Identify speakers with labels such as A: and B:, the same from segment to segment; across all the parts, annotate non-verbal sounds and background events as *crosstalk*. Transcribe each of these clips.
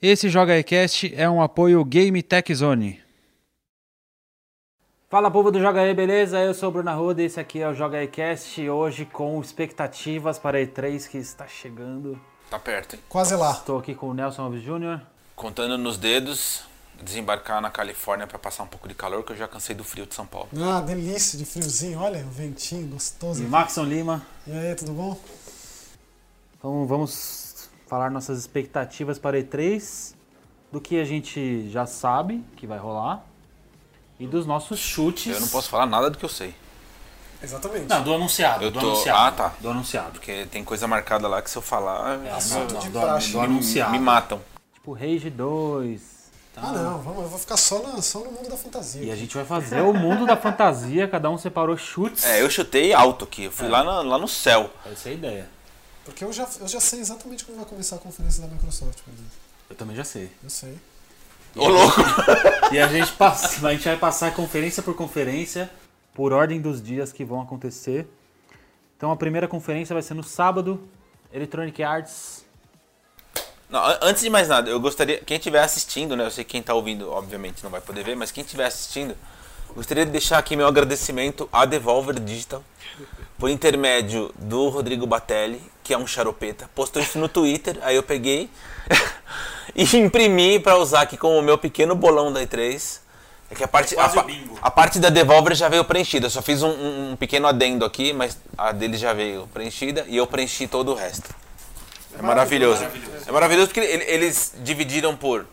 A: Esse Joga Ecast é um apoio Game Tech Zone.
B: Fala povo do Joga E, beleza? Eu sou o Bruno Arruda e esse aqui é o Joga Ecast, hoje com expectativas para a E3 que está chegando.
C: Tá perto, hein?
D: Quase lá.
B: Estou aqui com o Nelson Alves Jr.
C: Contando nos dedos, desembarcar na Califórnia pra passar um pouco de calor, que eu já cansei do frio de São Paulo.
D: Ah, delícia de friozinho, olha, o ventinho gostoso.
B: e Maxon Lima.
D: E aí, tudo bom?
B: Então vamos falar nossas expectativas para a E3, do que a gente já sabe que vai rolar e dos nossos chutes.
C: Eu não posso falar nada do que eu sei.
D: Exatamente.
B: Não, do anunciado,
C: Eu
B: do
C: tô-
B: anunciado.
C: Ah, tá.
B: Do anunciado.
C: Porque tem coisa marcada lá que se eu falar,
B: É,
C: me-
B: não,
D: assunto
B: não,
D: de
B: do,
D: praxe.
B: do anunciado.
C: me matam.
B: Tipo Rage 2. tá?
D: Ah, não, vamos, eu vou ficar só, na, só no mundo da fantasia.
B: E a gente vai fazer o mundo da fantasia, cada um separou chutes.
C: É, eu chutei alto aqui, eu fui lá, na- lá no céu.
B: Essa é a ideia.
D: Porque eu já, eu já sei exatamente quando vai começar a conferência da Microsoft, meu Deus.
B: Eu também já sei.
D: Eu *laughs* sei.
C: Ô louco!
B: E a gente, passa, a gente vai passar conferência por conferência, por ordem dos dias que vão acontecer. Então a primeira conferência vai ser no sábado, Electronic Arts.
C: Não, an- antes de mais nada, eu gostaria. Quem estiver assistindo, né? Eu sei que quem tá ouvindo, obviamente, não vai poder ver, mas quem estiver assistindo, gostaria de deixar aqui meu agradecimento à Devolver Digital por intermédio do Rodrigo Batelli, que é um charopeta. Postou isso no Twitter, aí eu peguei *laughs* e imprimi para usar aqui como o meu pequeno bolão da E3. É que a parte, a, pa- a parte da Devolver já veio preenchida. Eu só fiz um- um, um pequeno adendo aqui, mas a dele já veio preenchida e eu preenchi todo o resto. É maravilhoso. É maravilhoso porque ele- eles dividiram por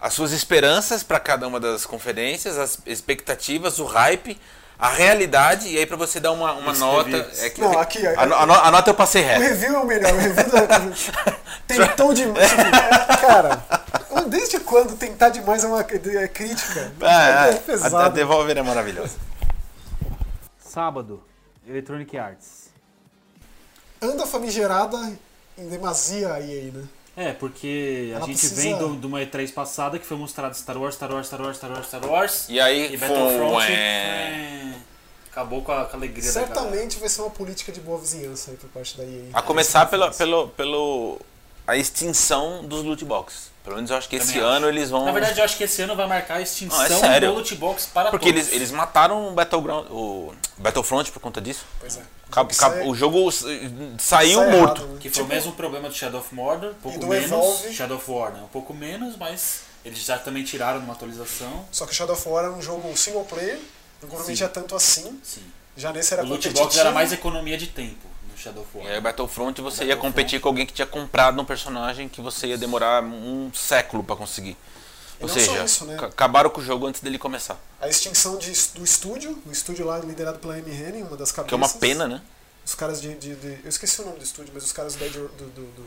C: as suas esperanças para cada uma das conferências, as expectativas, o hype, a realidade, e aí para você dar uma, uma nota. É que,
D: Não, aqui,
C: a, no- a no- a nota eu passei
D: *laughs* O
C: reto.
D: review é o melhor, o review da... Tentou demais. tipo, cara, eu- desde quando tentar demais é uma cri- é crítica?
C: Ah,
D: é
C: é, a, a
D: pesado.
C: Devolver é maravilhosa.
B: Sábado, Electronic Arts.
D: Anda famigerada em demasia aí, aí, né?
B: É, porque a
D: Ela
B: gente
D: precisa-
B: vem do- de uma E3 passada que foi mostrado Star Wars, Star Wars, Star Wars, Star Wars, Star Wars.
C: E aí,
B: E
C: foi
B: Battlefront.
C: é,
B: é, Acabou com a, com a alegria da galera.
D: Certamente vai ser uma política de boa vizinhança aí por parte da EA.
C: a começar pela, pelo, pelo a extinção dos loot boxes. Pelo menos eu acho que esse
B: Também acho.
C: ano eles vão.
B: Na verdade, eu acho que esse ano vai marcar a extinção
C: Não, é sério.
B: do loot box para
C: porque
B: todos.
C: eles, eles mataram o Battleground, o Battlefront por conta disso.
D: Pois é.
C: Cab-
D: Isso
C: cab-
D: é-
C: o jogo s- saiu
D: Sai
C: um morto.
D: errado, né?
B: Que foi o mesmo problema do Shadow of Mordor, um pouco
D: do
B: menos.
D: Evolve.
B: Shadow of War, né? Um pouco menos, mas eles já também tiraram numa atualização.
D: Só que Shadow of War era um jogo single player, normalmente
B: Sim.
D: é tanto assim.
B: Sim.
D: Já nesse era
B: o loot
D: competitivo.
B: box era mais economia de tempo no Shadow of
C: E
B: War.
C: aí o Battlefront você ia
B: Battlefront.
C: competir com alguém que tinha comprado um personagem que você ia demorar um século pra conseguir.
D: E
C: Ou
D: não
C: seja,
D: só isso, né?
C: ca- acabaram com o jogo antes dele começar.
D: A extinção de, do estúdio, o estúdio lá liderado pela Amy Hennig, uma das cabeças.
C: Que é uma pena, né?
D: Os caras de, de- de- Eu esqueci o nome do estúdio, mas os caras do Dead, do, do, do-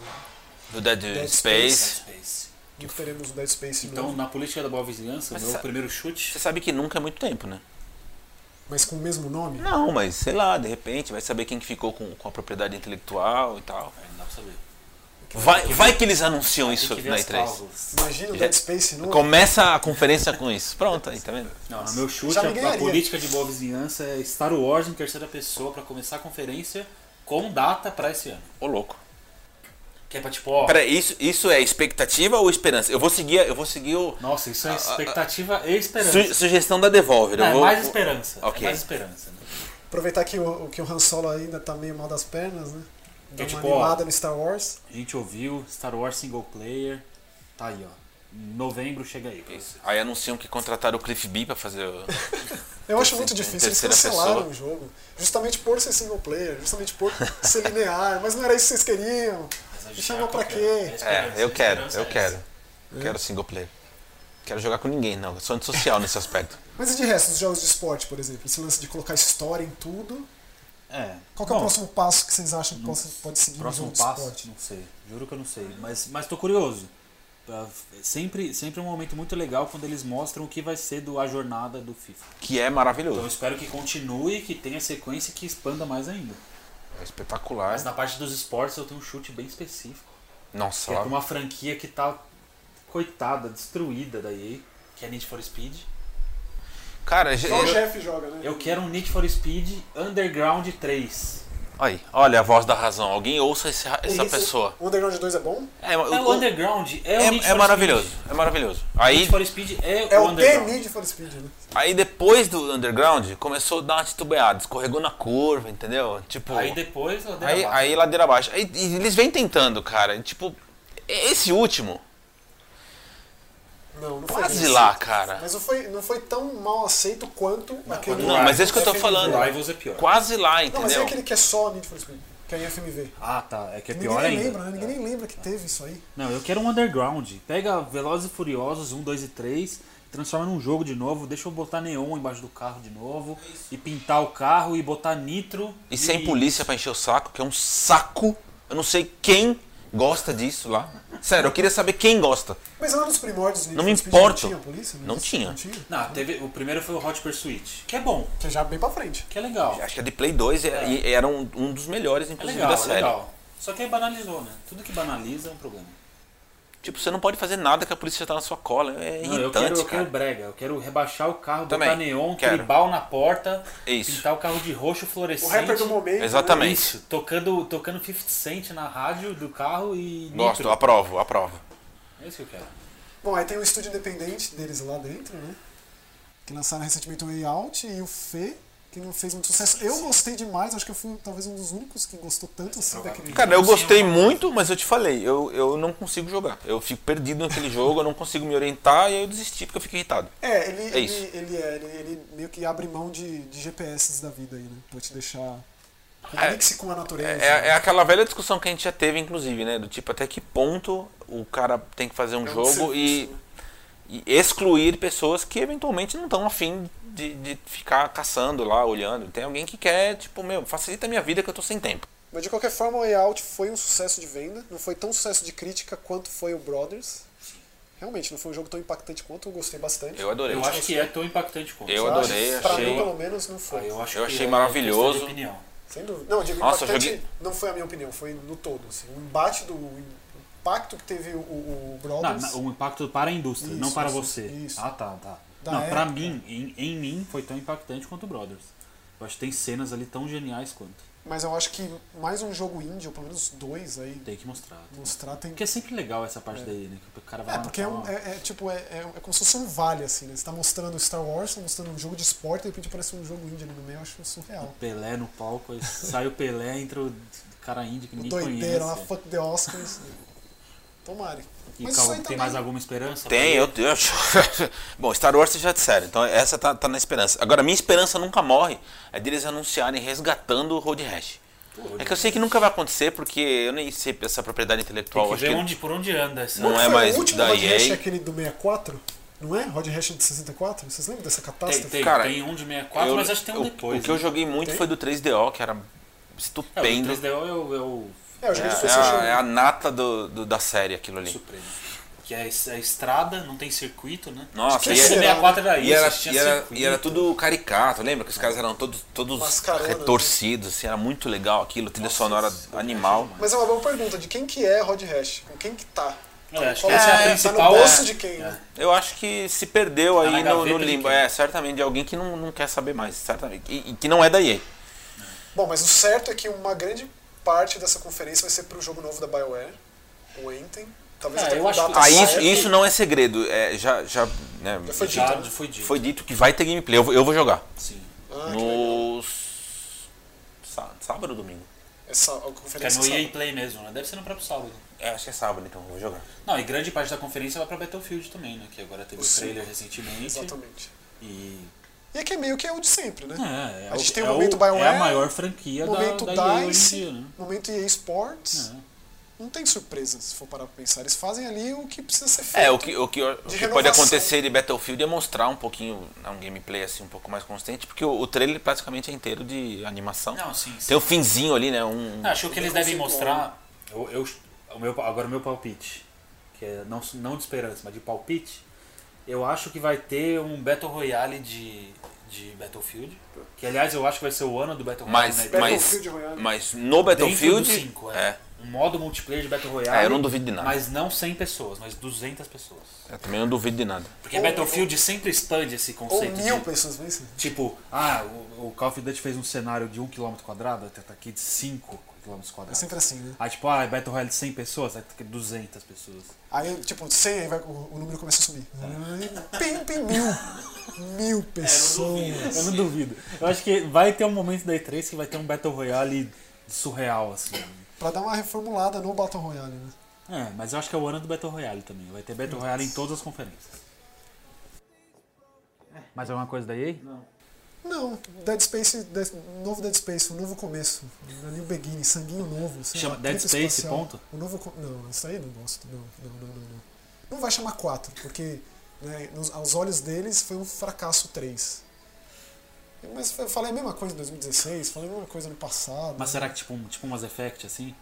C: Do Dead,
D: Dead
C: Space.
D: Space.
B: Space.
D: do que teremos o Dead Space de
B: Então,
D: novo.
B: na política da boa vizinhança, o
C: Mas
B: meu
C: sa-
B: primeiro chute.
C: Você sabe que nunca é muito tempo, né?
D: Mas com o mesmo nome?
C: Não, mas sei lá, de repente vai saber quem que ficou com, com a propriedade intelectual e tal.
B: É, Não dá pra saber.
C: Vai, vai que eles anunciam isso
B: Tem que ver
C: na
B: as
C: E3.
B: causas.
D: Imagina o
C: Já-
D: Dead Space novo.
C: Começa a conferência com isso. Pronto, aí, tá vendo?
B: Não, no meu chute,
D: Já
B: a,
D: me
B: a
D: ganharia.
B: política de boa vizinhança é Star Wars em terceira pessoa pra começar a conferência com data pra esse ano.
C: Ô louco.
B: Que é pra tipo, ó.
C: Peraí, isso, isso é expectativa ou esperança? Eu vou seguir, eu vou seguir o.
B: Nossa, isso é expectativa e esperança.
C: Su- sugestão da Devolver.
B: Não,
C: eu
B: é
C: vou-
B: mais esperança.
C: Ok.
B: É mais esperança. Né?
D: Aproveitar que o, que o Han Solo ainda tá meio mal das pernas, né? Dá
B: É
D: uma
B: tipo, ó,
D: animada no Star Wars.
B: A gente ouviu Star Wars single player. Tá aí, ó. Em novembro chega aí.
C: Isso. Aí anunciam que contrataram o Cliff B pra fazer. o-
D: Eu acho muito
C: em
D: difícil, eles
C: terceira
D: cancelaram
C: pessoa.
D: o jogo. Justamente por ser single player,
C: *laughs*
D: justamente por ser linear, mas não era isso que vocês queriam. Me chamou
B: tá
D: pra quê?
C: É, eu quero, eu quero. Eu quero single player. Quero jogar com ninguém, não. Eu sou antissocial nesse aspecto.
D: Mas e de resto, os jogos de esporte, por exemplo, esse lance de colocar história em tudo.
B: É.
D: Qual que é o próximo passo que vocês acham que possa- pode seguir
B: próximo
D: no jogo
B: passo?
D: de esporte?
B: Não sei. Juro que eu não sei. Mas, mas tô curioso. Pra- Sempre, sempre é um momento muito legal quando eles mostram o que vai ser do A Jornada do FIFA.
C: Que é
B: Então eu
C: maravilhoso.
B: espero que continue, que tenha sequência e que expanda mais ainda.
C: É espetacular.
B: Mas na parte dos esportes eu tenho um chute bem específico.
C: Nossa,
B: Que é pra
C: lá.
B: uma franquia que tá coitada, destruída da EA, que é Need for Speed.
C: Cara, eu-
D: Só o Jeff joga, né?
B: Eu quero um Need for Speed Underground 3.
C: Aí, olha a voz da razão. Alguém ouça esse ra- essa
D: Esse-
C: pessoa.
D: O Underground 2 é bom?
C: É, o-
B: Não,
C: o-
B: o Underground é,
C: é-
B: o Need
C: é
B: for
C: maravilhoso.
B: Speed.
C: É maravilhoso. Aí,
B: Need for Speed é,
D: É
B: o
D: o The
B: Underground.
D: Need for Speed, né?
C: aí depois do Underground, começou a dar uma titubeada. Escorregou na curva, entendeu? Tipo...
B: Aí depois... ladeira
C: Aí,
B: abaixo.
C: aí ladeira abaixo. Aí, e eles vêm tentando, cara. E, Tipo, esse último,
D: Não, não foi
C: quase
D: bem
C: lá,
D: aceito.
C: cara.
D: Mas não foi, não foi tão mal aceito quanto aquele.
C: Não, mas é isso que eu tô falando.
B: Rivals é pior.
C: Quase lá,
D: Não, mas é
C: entendeu?
D: aquele que é só Need for Speed, que é em FMV.
B: Ah, tá. É que é
D: ninguém
B: pior
D: nem
B: ainda.
D: lembra, né? Ninguém nem lembra que teve isso aí.
B: Não, eu quero um underground. Pega Velozes e Furiosos 1, 2 e 3, transforma num jogo de novo, deixa eu botar neon embaixo do carro de novo, e pintar o carro e botar nitro.
C: E sem polícia pra encher o saco, que é um saco. Eu não sei quem gosta disso lá. Sério, eu queria saber quem gosta.
D: Mas lá nos primórdios né? Need
C: Não
D: for
C: me
D: Speed,
C: importo.
D: Não tinha polícia? né?
C: Não tinha.
D: Não tinha.
B: Não, teve, o primeiro foi o Hot Pursuit, que é bom,
D: Que é já bem pra frente.
B: que é legal.
C: Acho que a de Play 2 é- e era um, um dos melhores,
B: É
C: inclusive,
B: legal,
C: da
B: é
C: série.
B: legal. Só que aí banalizou, né? Tudo que banaliza é um problema.
C: Tipo, você não pode fazer nada que a polícia já tá na sua cola. É
B: Não,
C: irritante,
B: eu quero, eu
C: cara.
B: quero brega, eu quero rebaixar o carro,
C: Também,
B: botar neon,
C: quero.
B: tribal na porta,
C: Isso.
B: pintar o carro de roxo
D: O
B: fluorescente.
D: rapper do momento. né?
C: Exatamente.
B: Isso, tocando, tocando 50 Cent na rádio do carro e.
C: Gosto,
B: nitro.
C: aprovo, aprovo.
B: É isso que eu quero.
D: Bom, aí tem um estúdio independente deles lá dentro, né? Que lançaram recentemente o Way Out e o Fê, que não fez muito sucesso. Eu gostei demais, acho que eu fui talvez um dos únicos que gostou tanto assim daquele
C: Cara, eu gostei
B: né?
C: muito, mas eu te falei, eu, eu não consigo jogar. Eu fico perdido naquele jogo, eu não consigo me orientar e aí eu desisti porque eu fico irritado.
D: É, ele,
C: É isso.
D: ele, ele, é, ele, ele meio que abre mão de, de GPS da vida aí, né? Pra te deixar. Conecte-se com a natureza. né?
C: É, é aquela velha discussão que a gente já teve, inclusive, né? Do tipo, até que ponto o cara tem que
B: É
C: fazer um jogo e,
B: né?
C: e excluir pessoas que eventualmente não estão afim de, de ficar caçando lá, olhando. Tem alguém que quer, tipo, meu, facilita a minha vida que eu tô sem tempo.
D: Mas de qualquer forma, o Way Out foi um sucesso de venda. Não foi tão sucesso de crítica quanto foi o Brothers. Realmente, não foi um jogo tão impactante quanto. Eu gostei bastante.
C: Eu adorei.
B: Eu acho que é tão impactante quanto.
C: Eu
D: Pra-
C: adorei,
D: Pra mim,
C: achei-
D: pelo menos, não foi.
B: Ah, eu acho
C: Eu
B: que
C: achei
B: é
C: maravilhoso.
B: questão de opinião.
D: Sem dúvida. Não, eu digo,
C: Nossa, eu
D: impactante
C: joguei-
D: não foi a minha opinião, foi no todo. Assim, o embate do. O impacto que teve o, o o
B: Não,
D: Brothers.
B: na- o impacto para a indústria,
D: Isso,
B: não para
D: isso,
B: você.
D: isso.
B: Ah, tá, tá.
D: Da
B: não, pra
D: época.
B: mim, em, em mim, foi tão impactante quanto o Brothers. Eu acho que tem cenas ali tão geniais quanto.
D: Mas eu acho que mais um jogo indie, ou pelo menos dois aí,
B: Tem que mostrar. tá?
D: mostrar tem.
B: Porque ah, é sempre legal essa parte daí, né? Que o cara vai
D: É,
B: lá no
D: porque é, um-
B: canal.
D: é- é tipo, é, é, é como se fosse um vale, assim, né? Você tá mostrando Star Wars, tá mostrando um jogo de esporte, de repente aparece um jogo indie ali no meio, eu acho surreal.
B: Pelé no palco, aí sai o Pelé, entra o cara índio que
D: O
B: ninguém
D: doideira lá,
B: conhece.
D: fuck the Oscars. Tomare.
B: E
D: Mas
B: Calvo,
D: isso aí
B: tem
D: tá também.
B: mais alguma esperança?
C: Tem, eu, eu acho. *laughs* Bom, Star Wars vocês já disseram, então essa tá, tá na esperança. Agora, minha esperança nunca morre é deles anunciarem resgatando o Road Rash. É que eu sei que nunca vai acontecer, porque eu nem sei essa propriedade intelectual.
B: Tem que
C: acho
B: ver um
C: que-
B: onde, por onde anda essa.
C: Não é
D: Foi
C: mais
D: o último
C: da
D: Rod Hash,
C: EA.
D: aquele do 64? Não é? Rod Hash de 64? Vocês lembram dessa
B: Tem,
D: catástrofe?
B: tem,
C: é Cara,
B: tem um de 64,
C: eu-
B: mas acho que tem um
C: o-
B: depois.
C: O que eu
B: né?
C: joguei muito foi do 3DO, que era estupendo.
B: É, o 3DO é o, é o
D: É, eu joguei de
C: é, é
D: PlayStation.
C: a, é a nata do, do- da série aquilo ali.
B: Supremo. Que é a es- a estrada, não tem circuito, né?
C: Nossa,
D: Que
C: e,
B: Esse
D: será?
C: era,
B: 64 era isso,
C: e, era,
B: tinha
C: e, era,
B: circuito.
C: e era tudo caricato, lembra? Que os caras eram todos, todos
D: Mascarona, né?
C: retorcidos, assim, era muito legal aquilo, trilha sonora animal.
D: Mas é uma boa pergunta, de quem que é Rod Hash? Com quem que tá?
B: É, acho
D: Qual
B: que essa é a
D: tá
B: principal.
D: no bolso
B: é.
D: de quem, né?
C: Eu acho que se perdeu
B: na
C: aí no,
B: gaveta
C: no
B: de
C: limbo.
B: quem?
C: É, certamente Tá de alguém que não, não quer saber mais. Certamente. E, e que não é da EA.
D: Bom, mas o certo é que uma grande parte dessa conferência vai ser pro jogo novo da BioWare, o Anthem. Talvez
B: É,
D: até
B: eu
D: com
B: acho que-
D: data
C: Ah,
B: Certo.
C: isso,
D: certa.
C: isso não é segredo. É, já, já, né,
D: Já foi
B: Já
D: dito.
B: foi dito.
C: foi dito que vai ter gameplay. Eu, vou- eu vou jogar.
B: Sim.
D: Ah, que legal.
C: No s- sá- sábado ou domingo?
D: Essa a
B: Que é
D: conferência
B: no EA
D: sabe?
B: Play mesmo, né? Deve ser no próprio sábado.
C: É, acho que é sábado, então eu vou jogar.
B: Não, e grande parte da conferência vai pra Battlefield também, né? Que agora teve o
D: Sim.
B: trailer recentemente.
D: Exatamente.
B: E.
D: E é que é meio que é o de sempre, né?
B: É, é,
D: A gente
B: o-
D: tem o
B: é
D: momento
B: o, é
D: BioWare,
B: a maior franquia
D: momento
B: É da, da EA hoje em
D: DICE,
B: dia, né?
D: momento EA Sports.
B: É.
D: Não tem surpresa, se for parar pra pensar. Eles fazem ali o que precisa ser feito.
C: É, o que, o que, o que pode
D: renovação.
C: acontecer de Battlefield é mostrar um pouquinho, né, um gameplay assim, um pouco mais consistente, porque o, o trailer praticamente é inteiro de animação.
B: Não, sim, sim.
C: Tem o finzinho ali, né? Um,
B: Não, acho que o que eles
D: Não
B: devem
D: consigo.
B: mostrar. Eu, eu- o meu, agora o meu palpite, que é não, não de esperança, mas de palpite, eu acho que vai ter um Battle Royale de, de Battlefield. Que aliás eu acho que vai ser o ano do Battle Royale.
C: Mas,
B: né?
C: mas,
D: Battlefield Royale.
C: mas no
B: Dentro do
C: Battlefield.
B: 5, é.
C: é.
B: um modo multiplayer de Battle Royale.
C: É, eu não duvido de nada.
B: Mas não 100 pessoas, mas 200 pessoas.
C: Eu também não duvido de nada.
B: Porque
D: Ou-
B: Battlefild sempre expande esse
D: Ou
B: conceito.
D: mil
B: de,
D: pessoas, não é isso?
B: Tipo, ah, o, o Call of Duty fez um cenário de 1 km quadrado, até tá aqui de 5 km
D: É
B: quadrados.
D: sempre assim, né?
B: Ah, tipo, ah, Battle Royale de 100 pessoas, aí tá aqui 200 pessoas.
D: Aí, tipo, 100, aí vai- o, o número começa a subir.
B: É.
D: Ai, Pim,
B: *laughs*
D: pim, mil. Mil pessoas.
B: Eu não duvido. Eu acho que vai ter um momento da E3 que vai ter um Battle Royale surreal, assim.
D: pra dar uma reformulada no Battle Royale, né?
B: É, mas eu acho que é o ano do Battle Royale também. Vai ter Battle Royale em todas as conferências. Mais alguma coisa da EA?
D: Não, Dead Space, Dead- novo Dead Space, um novo começo. A New Beginning, sanguinho novo. sei
B: Chama
D: lá,
B: Dead
D: treta
B: Space,
D: espacial.
B: ponto?
D: O novo. co- Não, isso aí eu não gosto. Não, não, não, não. Não, não vai chamar 4, porque né, nos- aos olhos deles foi um fracasso 3. Mas eu falei a mesma coisa em 2016, falei a mesma coisa no passado.
B: Mas será que tipo, um, tipo um Mass Effect, assim?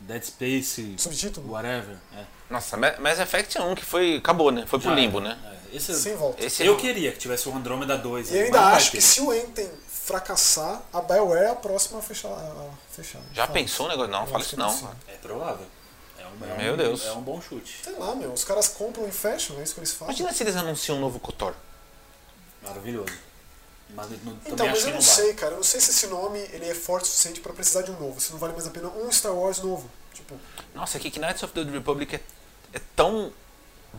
B: Dead Space,
D: Subtítulo?
B: whatever. É.
C: Nossa, Ma- Mass Effect é um que foi. acabou, né? Foi pro limbo, né?
B: É, esse-
D: Sem volta.
C: Esse
B: eu queria que tivesse o Andrômeda 2.
D: E eu
B: aí,
D: ainda
B: mas não vai
D: acho que
B: ter.
D: se o Enten fracassar, a BioWare é a próxima a fechar. a- a fechar.
C: Já
D: Fala.
C: pensou o negócio? Não,
D: Eu
C: fala
D: acho
C: isso
D: que assim.
C: não.
D: sim.
B: É provável. É um, é um-
C: Meu Deus.
B: É um bom chute.
D: Sei lá, meu. Os caras compram e fecham, é isso que eles fazem.
C: Imagina se eles anunciam um novo Cotor.
B: Maravilhoso. Mas eu não-
D: Então,
B: também
D: mas
B: acho
D: eu
B: que
D: não
B: não
D: sei,
B: vai.
D: cara. Eu não sei se esse nome ele é forte o suficiente pra precisar de um novo. Se não vale mais a pena um Star Wars novo. Tipo,
C: Nossa, que Knights of the Old Republic é, é tão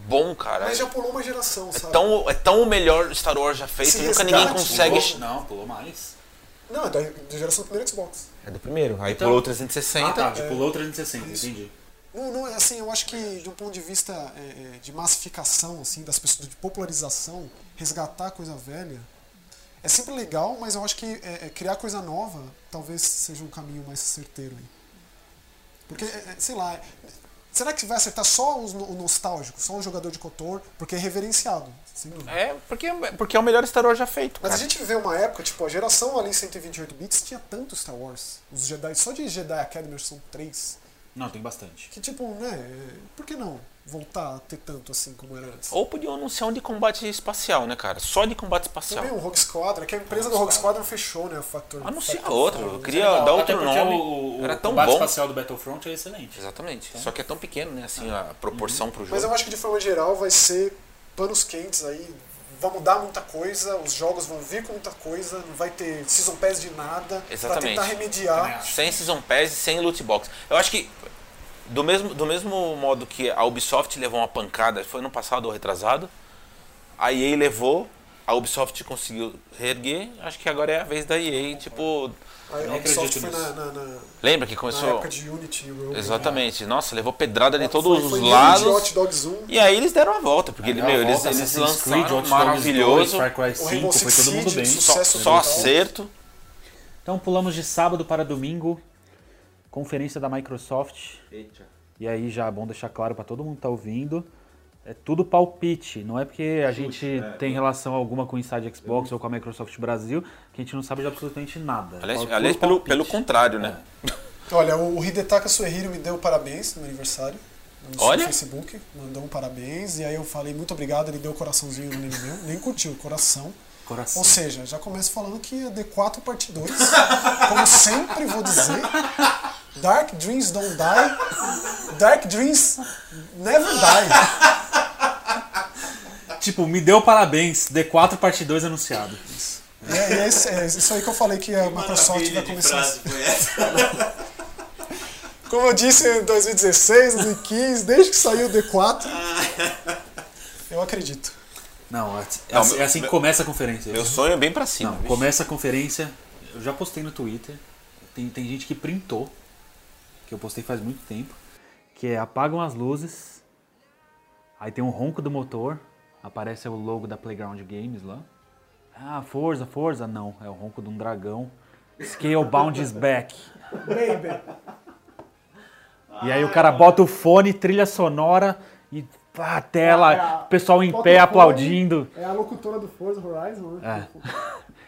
C: bom, cara.
D: mas já pulou uma geração,
C: É
D: sabe?
C: tão, é tão o melhor Star Wars já feito
D: Esse é
C: e nunca
D: resgate,
C: ninguém consegue.
B: Pulou? Não, pulou mais.
D: Não, é da, da geração do primeiro Xbox.
C: É do primeiro, aí
B: Então-
C: pulou
B: Ah,
C: 360.
B: tá. tipo, Pulou 360,
D: Isso.
B: entendi.
D: Não, não, é assim, eu acho que de um ponto de vista é, é, de massificação, assim, das pessoas, de popularização, resgatar coisa velha, é sempre legal, mas eu acho que é, é, criar coisa nova talvez seja um caminho mais certeiro aí. Porque, é, é, sei lá, é, será que vai acertar só os no- o nostálgico, só um jogador de Cotor? Porque é reverenciado, sem dúvida.
C: É, porque, porque é o melhor Star Wars já feito.
D: Mas
C: cara.
D: a gente viveu uma época, tipo, a geração ali 128 bits tinha tanto Star Wars. Os Jedi, só de Jedi Academy são três.
B: Não, tem bastante.
D: Que tipo, né? Por que não voltar a ter tanto assim como era antes?
C: Ou podiam anunciar um de combate espacial, né, cara? Só de combate espacial.
D: Também o Rogue Squadron, que a empresa do Rogue Squadron fechou, né? O Factor.
C: Anuncia
D: Factor
C: outro,
D: Five,
C: eu
D: né?
C: queria
B: Legal,
C: dar
B: até
C: outro
B: porque
C: nome.
B: um O, o,
C: Era tão
B: o combate
C: bom.
B: espacial do Battlefront é excelente.
C: Exatamente. Só que é tão pequeno, né? Assim, a proporção pro jogo.
D: Uhum. Mas é eu acho que de forma geral vai ser panos quentes aí. Vai mudar muita coisa, os jogos vão vir com muita coisa, não vai ter season pass de nada.
C: Exatamente.
D: Pra tentar remediar.
C: Sem Season Pass e sem loot box. Eu acho que do mesmo, do mesmo modo que a Ubisoft levou uma pancada, foi no passado ou retrasado, a EA levou, a Ubisoft conseguiu reerguer, acho que agora é a vez da EA, tipo,
D: Aí
B: Eu
D: a Ubisoft
B: acredito
D: foi na,
B: nisso.
D: na, na- na
C: lembra que começou
D: época de Unity. World, né?
C: Exatamente. Nossa, levou pedrada de todos
D: Foi-
C: os
D: foi Unity, Hot
C: lados.
D: Dogs 1.
C: E aí eles deram a volta, porque
B: Ele,
C: ele, meu, eles,
B: É volta,
C: eles
B: Assassin's
C: lançaram
B: Creed, Watch Dogs
C: maravilhoso,
B: 2, Far né? Cry
D: O Rainbow
B: 5, foi todo
D: Six
B: mundo bem.
D: Siege,
C: só,
D: sucesso
C: só
D: total.
C: acerto.
B: Então pulamos de sábado para domingo, conferência da Microsoft. E aí já é bom deixar claro para todo mundo que tá ouvindo, é tudo palpite, não é porque a gente tem relação alguma com o Inside Xbox ou com a Microsoft Brasil, que a gente não sabe de absolutamente nada.
C: Aliás,
B: Pal-
C: aliás,
B: puro
C: pelo,
B: palpite.
C: pelo contrário, né?
D: Olha, o Hidetaka Suehiro me deu parabéns no meu aniversário. No
C: Olha.
D: Facebook, mandou um parabéns. E aí eu falei, muito obrigado, ele deu o coraçãozinho no meu. Nem curtiu, coração.
B: Coração.
D: Ou seja, já começo falando que é D4 parte 2. Como sempre vou dizer. Dark Dreams Don't Die. Dark Dreams Never Die.
B: Tipo, me deu parabéns, D4 parte 2 anunciado.
D: E é, esse- é isso aí que eu falei que a
B: é.
D: Microsoft vai começar. a- Como eu disse em 2016, 2015, desde que saiu o D4, eu acredito.
B: Não, é, é
C: Não,
B: assim,
C: meu-
B: é assim que começa a conferência.
C: Meu sonho é bem pra cima.
B: Não,
C: bicho.
B: começa a conferência. Eu já postei no Twitter. Tem, tem gente que printou, que eu postei faz muito tempo, que é apagam as luzes, aí tem um ronco do motor, aparece o logo da Playground Games lá. Ah, força, força. Não, é o ronco de um dragão. Scalebound is back. E aí o cara bota o fone, trilha sonora e pá, a tela, o pessoal em pé aplaudindo. É,
D: É a locutora do Forza Horizon, né?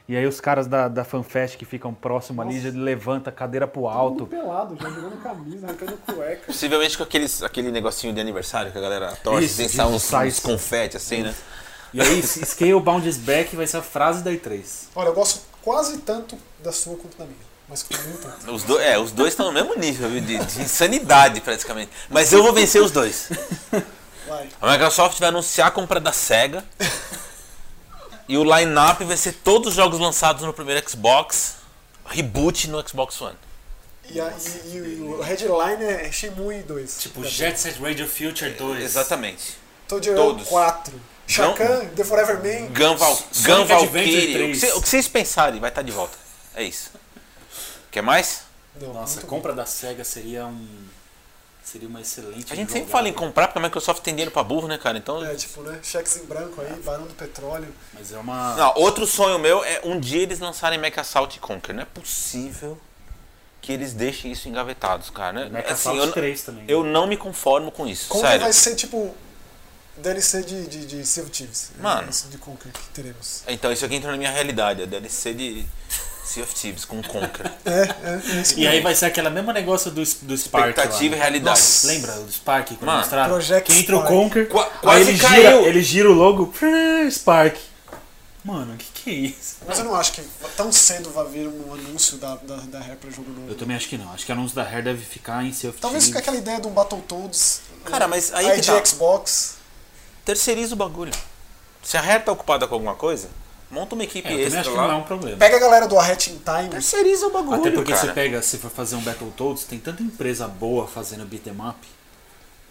B: E aí os caras da, da FanFest que ficam próximo ali já levanta a cadeira pro alto.
D: pelado, já jogando camisa, arrancando cueca.
C: Possivelmente com aqueles, aquele negocinho de aniversário que a galera torce,
B: Isso,
C: tem
B: isso,
C: sai uns,
B: sai
C: uns
B: isso.
C: confete assim, né?
B: E aí Scale Bounds Back vai ser a frase da E3.
D: Olha, eu gosto quase tanto da sua quanto da minha. mas que não importa.
C: Os, do, é, os dois estão no mesmo nível viu, de, de insanidade, praticamente. Mas eu vou vencer os dois.
D: Vai.
C: A Microsoft vai anunciar a compra da SEGA. e o line-up vai ser todos os jogos lançados no primeiro Xbox. Reboot no Xbox One.
D: E, a, e, e o headline é Shenmue 2.
E: Tipo, Jet Set Radio Future 2.
C: Exatamente.
D: Toad Hero
C: todos.
D: 4. Shakan, The Forever Man.
C: Gun, Val
E: Sonic
C: Gun
E: Adventure
C: Valkyrie. O que,
E: 3.
C: cê- o que vocês pensarem vai estar de volta. É isso. Quer mais?
D: Não,
E: Nossa, a
D: muito
E: compra da SEGA seria um. Seria uma excelente.
C: A gente sempre
E: jogada.
C: fala em comprar porque a Microsoft tem dinheiro pra burro, né, cara? Então.
D: bom. É, tipo, né? Cheques em branco aí, Barão do Petróleo.
E: Mas é uma.
C: Não, outro sonho meu é um dia eles lançarem Mecha Assault e Conquer. Não é possível que eles deixem isso engavetados, cara. Né?
B: Mecha
C: Assim,
B: Assault
C: eu, n-
B: 3 também.
C: eu não me conformo com isso,
D: Conker
C: sério.
D: vai ser tipo DLC de, de, de Sea of Thieves. É,
C: Mano.
D: Isso de Conker
C: *laughs*
D: que teremos.
C: Então isso aqui entra na minha realidade, é a DLC de Sea of Thieves com Conquer.
D: É, é, é isso
E: E aí
D: mesmo.
E: vai ser aquele mesmo negócio do, do Spark. lá,
C: Expectativa e
E: né?
C: realidade.
D: Nossa.
E: Lembra do Spark quando
C: Mano,
E: mostraram?
D: Project
E: que entra o
D: Spark.
E: Conker,
C: Qua-
E: aí
C: quase
E: ele
C: caiu.
E: gira, ele gira o logo, "Ah, Spark. Mano, o que que é isso?
D: Mas eu não acho que tão cedo vai vir um anúncio da, da, da Rare pra jogo novo.
B: Eu também acho que não. Acho que o anúncio da Hair deve ficar em seu
D: Talvez fique aquela ideia de um Battletoads.
C: Cara, mas aí
D: aí
C: que
D: de
C: tá.
D: Xbox.
C: *laughs* Terceiriza o bagulho. Se a Rare tá ocupada com alguma coisa, monta uma equipe
B: É, eu também
C: extra
B: acho que
C: lá.
B: não é um problema.
D: Pega a galera do Arret in Time.
C: Terceiriza o bagulho,
B: Até porque
C: cara.
B: você pega, se for fazer um Battletoads, tem tanta empresa boa fazendo beat'em up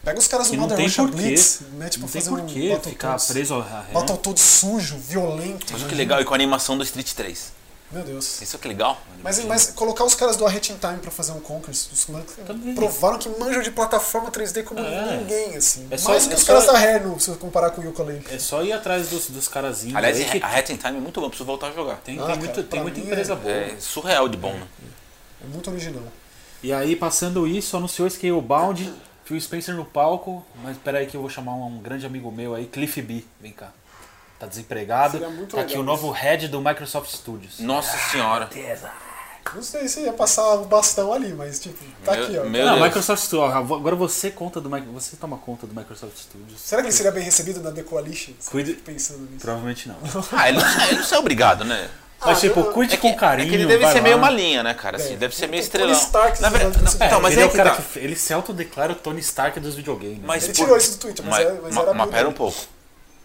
D: Pega os caras
B: que não
D: do Mother
B: tem
D: Russia
B: porquê.
D: Blitz. Mete pra
B: Não tem
D: fazer um
B: porquê ficar
D: Battletoads.
B: preso a Rare.
D: Battletoads sujo, violento.
C: Mas
D: né?
C: que é legal, e com a animação do Street 3.
D: Meu Deus.
C: Isso que é legal.
D: Mas, mas colocar os caras do Arret in Time pra fazer um Conquest, os man...
B: Também.
D: provaram que manjam de plataforma 3D como ninguém, assim.
B: É só-
D: Mais do que
B: é
D: os
B: só-
D: caras da Rare, no- se eu comparar com o Yooka Laylee.
B: É só ir atrás dos, dos carazinhos.
C: Aliás,
B: aí que
C: a Hat in Time é muito bom, preciso voltar a jogar.
B: tem,
D: Ah,
B: tem,
D: cara,
B: muito-
D: pra
B: tem muita
D: mim
B: empresa
D: é-
B: boa.
C: É surreal de bom, né?
D: É muito original.
B: E aí, passando isso, anunciou Scalebound, Phil Spencer no palco, mas peraí que eu vou chamar um, um grande amigo meu aí, Cliff B, vem cá. Tá desempregado,
D: Seria muito
B: tá aqui
D: legal
B: o novo head do Microsoft Studios.
C: Nossa senhora.
D: Não sei se ia passar o bastão ali, mas tipo, tá
C: Meu-
D: aqui, ó.
C: meu-
B: Não,
C: Deus.
B: Microsoft Studios, ó, agora você conta do Mi- você toma conta do Microsoft Studios.
D: Será que ele seria bem recebido na The Coalition?
B: Cuide-
D: Fico Pensando nisso.
B: Provavelmente *laughs* não.
C: Ah, ele, não- ele não é obrigado, né?
B: Mas
D: Ah,
B: tipo,
D: eu-
B: cuide
C: É que,
B: com carinho.
C: é que ele deve
B: vai
C: ser
B: lá.
C: meio malinha, né, cara? Assim,
D: É.
C: deve ser meio
D: Tem né,
C: estrelão.
D: Tony Stark
C: Na
D: se
C: verdade,
D: falando
C: não,
D: com
C: então, mas
B: ele
C: é
B: o
C: que
B: cara
C: tá.
B: que ele se autodeclara o Tony Stark dos videogames.
C: Mas,
D: Ele
C: pô,
D: tirou isso do Twitter, mas
C: mas,
D: era- mas
C: ma-
D: era
C: mas
D: muito
C: pera um
D: bom.
C: pouco.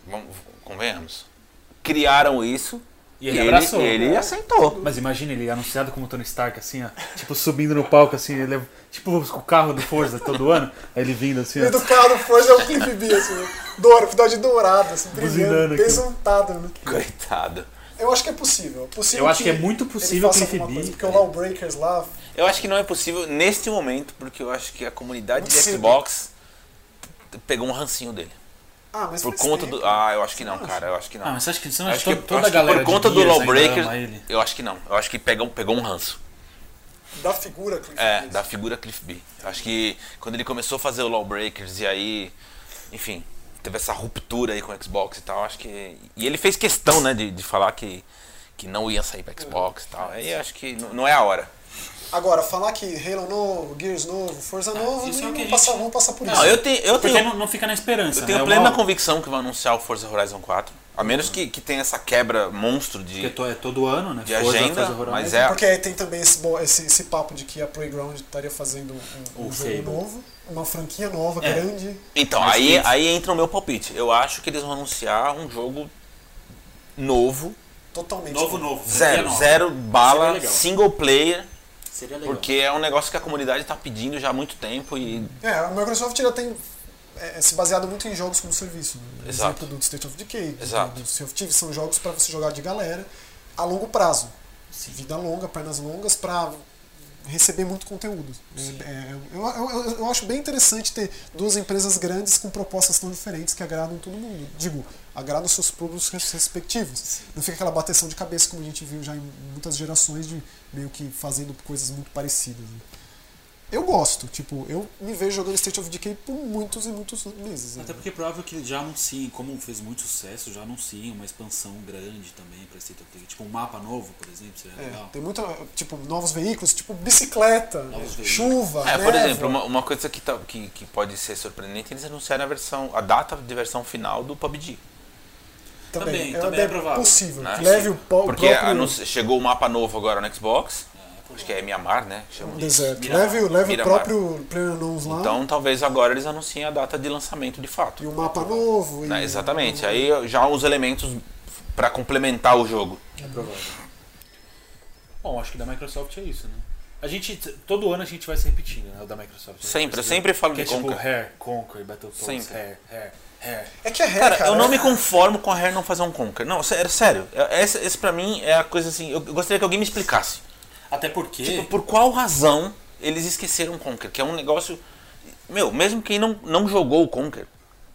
C: Vamos, convenhamos. Criaram isso
B: E ele abraçou,
C: ele,
B: né?
C: aceitou.
B: Mas imagina ele anunciado como Tony Stark, assim, ó, tipo, subindo no palco, assim, ele é, tipo o carro do Forza todo ano, aí ele vindo assim,
D: O
B: ó,
D: educado Forza é um clipe B, assim, né? douro, final de dourado, assim,
B: Buzinando
D: brilhando,
B: aqui.
D: pesuntado, né?
C: Coitado.
D: Eu acho que é possível. possível
B: Eu acho que é muito possível
D: ele faça
B: que ele
D: alguma
B: fique-
D: coisa, Porque o Lawbreakers lá,
C: Eu acho que não é possível neste momento, porque eu acho que a comunidade
D: Muito
C: de
D: cedo.
C: Xbox t- pegou um rancinho dele.
D: ah, mas
C: Por
D: faz
C: conta
D: tempo.
C: do. Ah, eu acho que não, cara. Eu acho que não.
B: Ah, mas você acha que você não
C: acho
B: acha
C: que,
B: que toda
C: acho
B: a galera
C: que por conta
B: de
C: do
B: Gears ainda
C: Lawbreakers.
B: ama ele?
C: Eu acho que não. Eu acho que pegou, pegou um ranço.
D: da figura Cliff
C: É,
D: Beats.
C: da figura Cliff B. Eu acho que quando ele começou a fazer o Lawbreakers e aí. Enfim, teve essa ruptura aí com o Xbox e tal. Acho que. E ele fez questão, né, de, de falar que, que não ia sair pra Xbox e tal. Aí eu acho que não, não é a hora.
D: Agora, falar que Halo novo, Gears novo, Forza novo,
E: isso é
D: nem
E: o que a
D: vão,
E: gente-
D: passar, vão passar por isso.
C: Não, eu tenho. Eu
E: Porque
C: tenho,
E: não, não fica na esperança.
C: eu tenho
E: né? É
C: plena
E: uma-
C: convicção que vão anunciar o Forza Horizon 4. A menos que, que tenha essa quebra monstro
B: Porque
C: de,
B: to- é todo ano, né?
C: de
B: Forza,
C: agenda,
B: Forza Horizon.
C: mas é.
D: Porque aí tem também esse, bo- esse, esse papo de que a Playground estaria fazendo um, um
B: O
D: jogo
B: Fable.
D: novo, uma franquia nova,
E: É.
D: grande.
C: Então,
B: Mas
C: aí,
B: tem isso.
C: aí entra o meu palpite. Eu acho que eles vão anunciar um jogo novo,
D: Totalmente.
E: Novo, novo.
C: é- zero,
E: Seria
C: zero
E: Seria
C: bala,
E: é legal.
C: single player,
E: Seria legal.
C: porque é um negócio que a comunidade tá pedindo já há muito tempo e
D: É, a Microsoft já tem é, se baseado muito em jogos como serviço. Né?
C: Exato.
D: Exemplo do State of Decay, do-
C: Exato.
D: do Sea of Thieves, são jogos para você jogar de galera a longo prazo. Vida longa, pernas longas, para receber muito conteúdo. É, eu, eu- eu- eu acho bem interessante ter duas empresas grandes com propostas tão diferentes que agradam todo mundo. Digo, agradam seus públicos res- respectivos. Não fica aquela bateção de cabeça como a gente viu já em muitas gerações de meio que fazendo coisas muito parecidas. né? Eu gosto, tipo, eu me vejo jogando State of Decay por muitos e muitos meses. né?
E: Até porque é provável que já anunciem, como fez muito sucesso, já anunciem uma expansão grande também pra State of Decay. Tipo um mapa novo, por exemplo, seria
D: É,
E: legal.
D: tem muito, tipo, novos veículos, tipo bicicleta,
E: Novos veículos.
D: chuva,
C: É, por
D: névoa.
C: exemplo, uma, uma coisa que, tá- que, que pode ser surpreendente, eles anunciaram a versão, a data de versão final do PUBG.
E: também, também é provável,
D: possível.
C: né?
D: Leve o pau.
C: Porque
D: próprio...
C: anunci- chegou o mapa novo agora no Xbox, Acho que é Mianmar, né? que chama
D: Um
C: de-
D: deserto.
C: Miramar.
D: Leve, leve o
C: Miramar.
D: próprio Plenanons lá
C: Então talvez agora eles anunciem a data de lançamento de fato.
D: e um mapa novo. e-
C: Né, exatamente. Aí já os elementos pra complementar o jogo.
B: É provável. Bom, acho que da Microsoft é isso, né? A gente, t- todo ano a gente vai se repetindo, né? O da Microsoft.
C: Sempre, eu
B: Esse-
C: sempre falo
B: que é
C: de
B: tipo
C: Conquer.
B: Hair, Conquer, Battletoads,
C: Sempre.
B: Hair, Hair, Hair.
D: É que é ré,
C: Cara,
D: cara.
C: eu não me conformo com a Rare não fazer um Conquer. Não, sé- sério. eu- Essa, esse pra mim é a coisa assim. Eu eu gostaria que alguém me explicasse.
B: Até porque...
C: Tipo, por qual razão eles esqueceram o Conquer? Que é um negócio. Meu, mesmo quem não, não jogou o Conquer,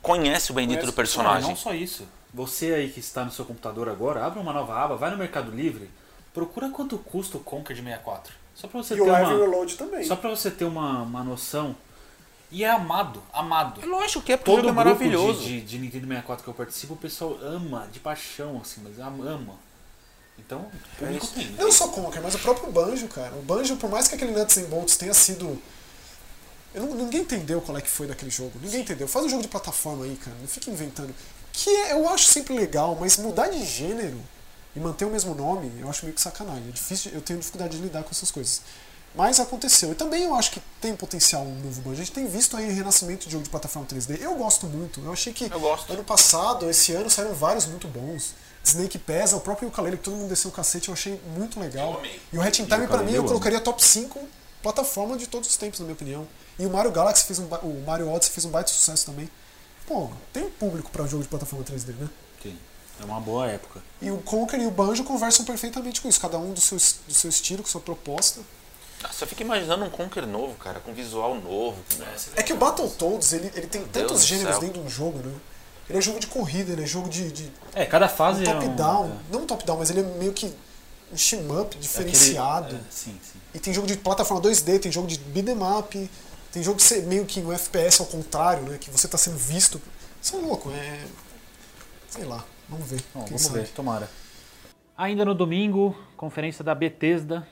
C: conhece o bendito do
B: Não,
C: personagem.
B: não só isso. Você aí que está no seu computador agora, abra uma nova aba, vai no Mercado Livre, procura quanto custa o Conquer de 64. Só pra você
D: E
B: ter
D: o é Live
B: uma...
D: Reload também.
B: Só pra você ter uma, uma noção. E é amado, amado.
C: É lógico que é porque o
B: Todo
C: jogo é
B: grupo
C: maravilhoso.
B: De, de, de Nintendo 64 que eu participo, o pessoal ama, de paixão, assim, mas am- ama. Então, o público tem. né?
D: Não só Conker, mas o próprio Banjo, cara. O Banjo, por mais que aquele Nuts and Bolts tenha sido. Eu não- ninguém entendeu qual é que foi daquele jogo. Ninguém entendeu. Faz um jogo de plataforma aí, cara. Não fica inventando. Que é- eu acho sempre legal, mas mudar de gênero e manter o mesmo nome, eu acho meio que sacanagem. É difícil, eu tenho dificuldade de lidar com essas coisas. Mas aconteceu. E também eu acho que tem potencial um novo Banjo. A gente tem visto aí o renascimento de jogo de plataforma 3D. Eu gosto muito. Eu achei que
C: Eu gosto.
D: ano passado, esse ano, saíram vários muito bons. Snake Pesa, o próprio Ukulele, que todo mundo desceu o cacete, eu achei muito legal.
C: Eu amei.
D: E o Hatching Time, pra
B: Ukulele
D: mim,
B: eu
D: eu
B: amo.
D: colocaria top 5 plataforma de todos os tempos, na minha opinião. E o Mario Galaxy fez um ba- o Mario Odyssey fez um baita sucesso também. Pô, tem público pra jogo de plataforma 3D, né?
B: Tem. É uma boa época.
D: E o Conker e o Banjo conversam perfeitamente com isso, cada um do seu, do seu estilo, com sua proposta.
C: Nossa, eu fico imaginando um Conquer novo, cara, com visual novo.
D: É que o Battletoads, ele, ele tem
C: Deus
D: tantos
C: do
D: gêneros
C: céu.
D: dentro de um jogo, né? Ele é jogo de corrida, ele é jogo de, de
B: É, cada fase é um...
D: top-down.
B: é.
D: Não top-down, mas ele é meio que um
C: É
D: shmup diferenciado.
B: Aquele- é, sim, sim.
D: E tem jogo de plataforma 2D, tem jogo de beat'em up, tem jogo que você, meio que um FPS ao contrário, né? Que você tá sendo visto. Isso é louco, é. Sei lá, vamos ver.
B: Bom,
D: quem
B: vamos
D: sabe.
B: ver, tomara.
F: Ainda no domingo, conferência da Bethesda.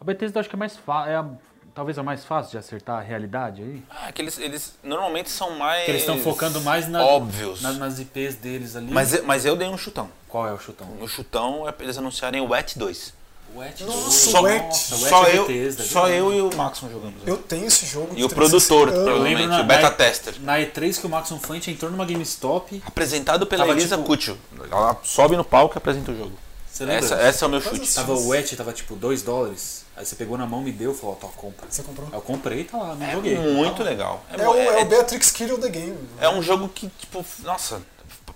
F: A Bethesda eu acho que é mais fa- é a- talvez a mais fácil de acertar a realidade aí.
C: Ah, é que eles, eles normalmente são mais.
B: Que eles estão focando mais na,
C: Óbvios.
B: na- nas IPs deles ali.
C: É Mas, eu- mas eu dei um chutão.
B: Qual é o chutão?
C: No chutão é pra eles anunciarem o Wet 2.
B: Wet
D: Nossa,
C: Só-
D: o Wet.
B: Nossa, o
C: só
B: Wet é
C: eu,
B: Bethesda,
C: só
B: viu?
C: eu e o Maxon jogamos.
D: Eu tenho esse jogo.
C: E o
D: 360
C: produtor,
D: anos.
C: pelo menos. Realmente, o beta
B: na-
C: tester.
B: Na E3 que o Maxon Fante entrou numa GameStop.
C: Apresentado pela
B: Tava,
C: Elisa
B: tipo-
C: Cúcio. Ela sobe no palco e apresenta o jogo.
B: Você lembra?
C: Essa, essa é o meu chute.
B: Tava o Wet, tava tipo 2 dólares. Aí você pegou na mão, me deu e falou, ó, tá, compra.
D: Você comprou?
B: Aí Eu comprei, tá lá, não
C: É
B: joguei.
C: muito legal.
D: É
C: bo-
D: o, é o Beatrix Kill the Game.
C: é um jogo que, tipo, nossa,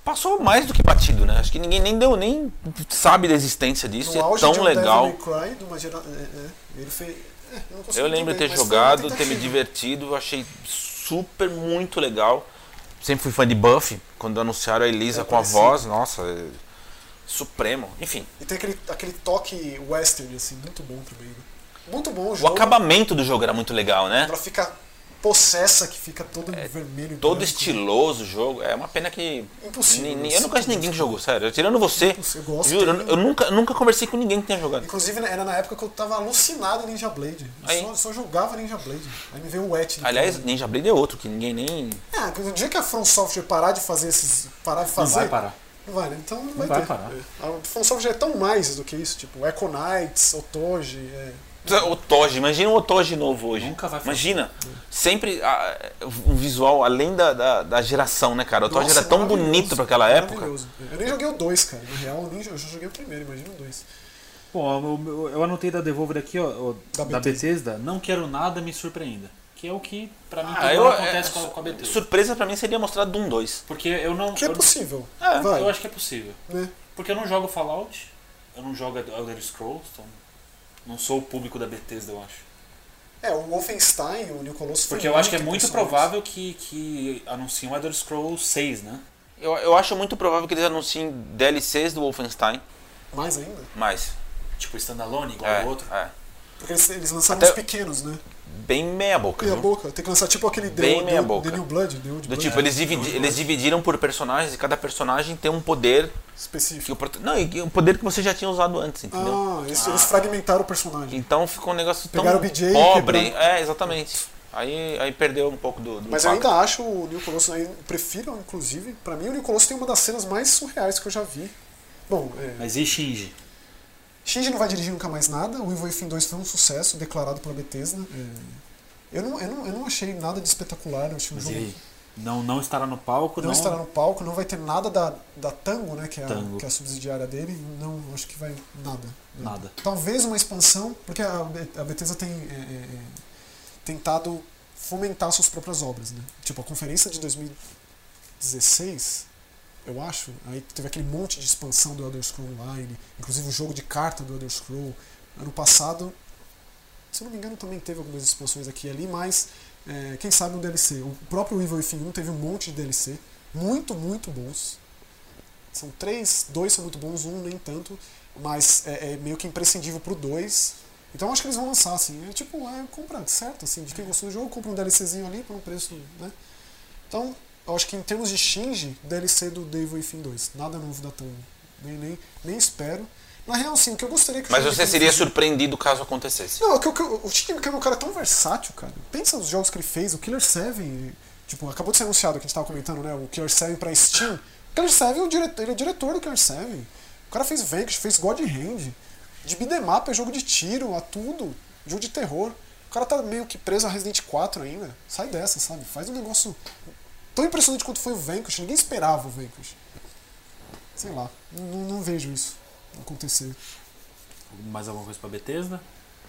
C: passou mais do que batido, né? Acho que ninguém nem deu, nem sabe da existência disso.
D: No
C: e é
D: auge de
C: tão
D: um
C: legal.
D: Devil May Cry, de uma gera... é, é, ele fez. é, não consegui
C: Eu lembro de
D: entender,
C: ter
D: mas foi uma
C: jogado, ter me
D: tentativa.
C: divertido, eu achei super muito legal. Sempre fui fã de Buffy, quando anunciaram a Elisa
D: É,
C: com a
D: parecido.
C: voz, nossa, é supremo. Enfim,
D: E tem aquele, aquele toque western, assim, muito bom também. Né? Muito bom o
C: o
D: jogo.
C: acabamento do jogo era muito legal, né?
D: Ela fica possessa, que fica todo vermelho. e
C: É, Todo
D: branco.
C: estiloso o jogo. É uma pena que.
D: Impossível,
C: ni-
D: né?
C: ni- eu não conheço ninguém que jogou, sério. Tirando você.
D: Impossível, eu gosto,
C: juro, eu,
D: tem-
C: eu nunca, nunca conversei com ninguém que tenha jogado.
D: Inclusive, né, era na época que eu tava alucinado em Ninja Blade. Eu
C: Aí.
D: só, só jogava Ninja Blade. Aí me veio o Wet. no
C: Aliás,
D: caminho.
C: Ninja Blade é outro, que ninguém nem.
D: Ah, no dia que a From Software parar de fazer esses. Parar de fazer.
B: vai parar.
D: Não vai, né? Então não,
B: vai
D: ter.
B: parar.
D: A From Software é tão mais do que isso, tipo, Echo Knights, Otoji. É...
C: O Toji, imagina o Toji novo hoje.
B: Nunca vai fazer.
C: Imagina. Sempre ah, um visual além da, da, da geração, né, cara? O Toji
D: Nossa,
C: era tão
D: maravilhoso,
C: bonito pra aquela época.
D: maravilhoso. Eu nem joguei o 2, cara. Na real, eu, nem, jo- eu já joguei o primeiro, imagina o 2.
B: Bom, eu, eu- eu anotei da Devolver aqui, ó, ó, da,
D: Da
B: Bethesda. Não quero nada, me surpreenda. Que é o que, pra mim,
C: Ah,
B: todo
C: eu,
B: ano
C: é,
B: acontece com, a, com a Bethesda.
C: surpresa pra mim seria mostrar Doom 2.
B: Porque eu não...
D: Que é
B: eu,
D: possível.
B: É,
D: vai.
B: eu acho que é possível.
D: Né?
B: Porque eu não jogo Fallout, eu não jogo Elder Scrolls, então não sou o público da Bethesda, eu acho.
D: É, o Wolfenstein, o New Colossus foi
B: Porque eu acho que é
D: muito
B: muito
D: impressionante.
B: provável que, que anunciem o Elder Scrolls 6, né?
C: Eu, eu acho muito provável que eles anunciem DLCs do Wolfenstein,
D: Mais ainda.
C: mas.
B: Tipo standalone, igual
C: É,
B: ao outro.
C: é.
D: Porque eles, eles lançaram
C: Até-
D: uns pequenos, né?
C: Bem meia boca.
D: Meia
C: viu?
D: boca. Tem que lançar tipo aquele The,
C: Bem
D: The-
C: meia boca.
D: The New Blood, The Old
C: Do
D: Blood.
C: tipo, eles, dividi- eles dividiram por personagens e cada personagem tem um poder que
D: Específico.
C: o prota- Não, e que- um poder que você já tinha usado antes, entendeu?
D: Ah, eles, eles fragmentaram o personagem.
C: Então ficou um negócio tão
D: Pegaram o BJ e
C: pobre.
D: quebraram.
C: É, exatamente. Aí, aí perdeu um pouco do, do
D: Mas eu
C: impacto.
D: ainda acho o New Colossus, eu prefiro, inclusive, pra mim o New Colossus tem uma das cenas mais surreais que eu já vi. Bom, é,
B: Mas e Shinji?
D: Shinji não vai dirigir nunca mais nada. O Evil Within 2 foi um sucesso declarado pela Bethesda. né. Eu, não, eu, não, eu não achei nada de espetacular. Eu achei um
B: Mas
D: jogo
B: e aí? Não, não estará no palco,
D: não,
B: não.
D: estará no palco, não vai ter nada da, da Tango, né? Que é, a,
B: Tango.
D: que é a subsidiária dele. Não, eu acho que vai nada.
B: Nada.
D: Talvez uma expansão, porque a, Be- a Bethesda tem é, é, é, tentado fomentar suas próprias obras, né? Tipo, a conferência de 2016, eu acho, aí teve aquele monte de expansão do Elder Scrolls Online, inclusive o jogo de carta do Elder Scrolls. Ano passado, se eu não me engano, também teve algumas expansões aqui e ali, mas é, quem sabe um DLC. O próprio Evil Within 1 teve um monte de DLC, muito, muito bons. São três, dois são muito bons, um nem tanto, mas é, é meio que imprescindível pro dois. Então eu acho que eles vão lançar, assim. É tipo, é compra certo, assim, de quem gostou do jogo, compra um DLCzinho ali por um preço, né? Então, eu acho que em termos de Shinji, DLC do The Evil Within 2. Nada novo da Tango. Nem, nem, nem espero. Na real, sim, o que eu gostaria que o
C: Mas
D: Shinji
C: você seria
D: fizesse- surpreendido
C: surpreendido caso acontecesse.
D: não, é que, o- que, o o Shinji Mikami é um cara tão versátil, cara. Pensa nos jogos que ele fez, o Killer 7, tipo, acabou de ser anunciado que a gente tava comentando, né? O Killer 7 pra Steam. O Killer 7 é o diretor, ele é diretor do Killer 7. O cara fez Vegas, fez God Hand. De beat'em up é jogo de tiro, a tudo, jogo de terror. O cara tá meio que preso a Resident 4 ainda. Sai dessa, sabe? Faz um negócio tão impressionante quanto foi o Vanquish. Ninguém esperava o Vanquish. Sei lá, não, não vejo isso acontecer.
B: Mais alguma coisa pra Bethesda?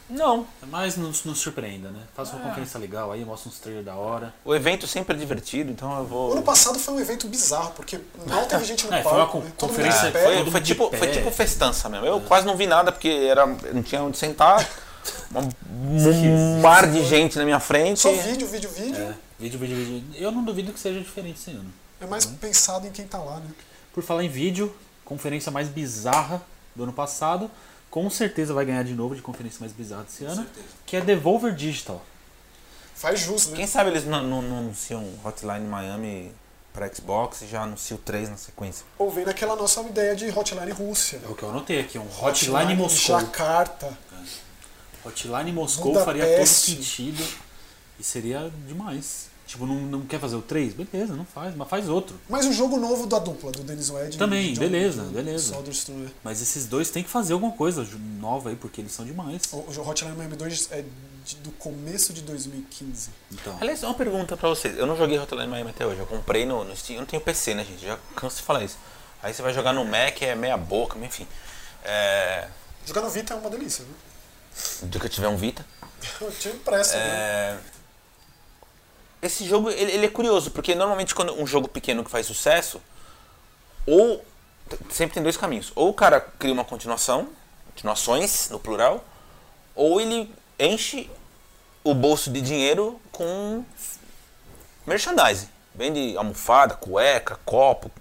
B: Não. Mas não nos surpreenda, né? Faça
D: Ah.
B: uma conferência legal aí, mostra uns trailers da hora.
C: O evento sempre é divertido, então eu
D: O ano
C: vou.
D: passado foi um evento bizarro, porque mal teve gente no
B: É, foi uma
D: palco,
B: con-
D: né? todo mundo
B: conferência-
D: de pé.
B: todo
D: É.
C: Foi,
B: mundo
C: foi
B: de
C: tipo,
B: pé.
C: foi tipo festança mesmo. Eu quase não vi nada porque era, não tinha onde sentar.
D: *laughs*
C: Um mar de gente na minha frente.
D: Só vídeo, vídeo, vídeo.
B: É, vídeo, vídeo, vídeo. Eu não duvido que seja diferente esse ano.
D: É, mais pensado em quem tá lá, né?
B: Por falar em vídeo, conferência mais bizarra do ano passado, com certeza vai ganhar de novo de conferência mais bizarra desse ano, que é Devolver Digital.
D: Faz jus, né?
C: Quem sabe eles não, não- não anunciam um Hotline Miami pra Xbox e já anunciam três na sequência.
D: Ou vem naquela nossa ideia de Hotline Rússia.
B: É o que eu anotei aqui, um Hotline Moscou.
D: Jacarta.
B: Hotline Moscou
D: Budapeste.
B: faria todo sentido e seria demais. Tipo, não, não quer fazer o 3? Beleza, não faz, mas faz outro.
D: Mas o jogo novo da dupla, do Dennis Wed.
B: Também,
D: e John-
B: beleza,
D: John
B: beleza.
D: Soderstrom, né?
B: Mas esses dois tem que fazer alguma coisa ju- nova aí, porque eles são demais.
D: O, o Hotline Miami 2 é de- do começo de 2015.
B: Então,
C: Aliás, uma pergunta pra vocês. Eu não joguei Hotline Miami até hoje. Eu comprei no, no Steam. Eu não tenho PC, né, gente? Já canso de falar isso. Aí você vai jogar no Mac, é meia boca, enfim. É,
D: Jogar no Vita é uma delícia, viu? *laughs*
C: do que eu tiver um Vita.
D: Eu tinha impresso, né?
C: É, Esse jogo, ele, ele é curioso, porque normalmente quando um jogo pequeno que faz sucesso, ou... t- Sempre tem dois caminhos. Ou o cara cria uma continuação, continuações, no plural, ou ele enche o bolso de dinheiro com merchandising. Vende almofada, cueca, copo.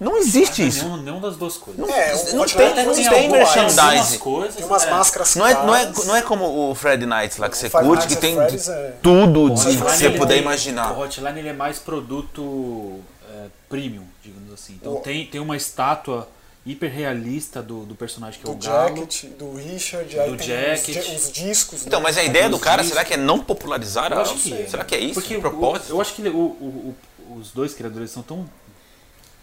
C: Não existe isso.
B: é, nenhum, nenhum das duas coisas.
C: Não,
D: É, o
C: não tem,
D: Hotline Miami
C: não
D: tem
C: tem
D: alguma-
B: Algumas
C: merchandising.
B: coisas,
D: Tem umas
B: é.
D: máscaras
C: Não é, não, é,
D: caras.
C: não é como o Fred Knight lá que você
D: Five
C: curte,
D: Nights
C: que
D: at
C: tem
D: Freddy's
C: de
D: é-
C: tudo
B: O
C: de
B: Hotline,
C: que você
B: ele
C: puder
B: tem-
C: imaginar.
B: O Hotline ele é mais produto é, premium, digamos assim. Então
D: O-
B: tem, tem uma estátua hiperrealista do, do personagem que é
D: Do
B: o Galo.
D: Jacket, do Richard, aí
B: Do
D: tem
B: Jacket.
D: Os, di- os discos.
C: Então,
D: né?
C: mas a ideia do cara,
B: Existe.
C: será que é não popularizar?
B: Eu
C: a-
B: acho que é.
C: será que é isso?
B: Porque
C: o
B: o-
C: propósito?
B: eu acho que ele- o- o- o- os dois criadores são tão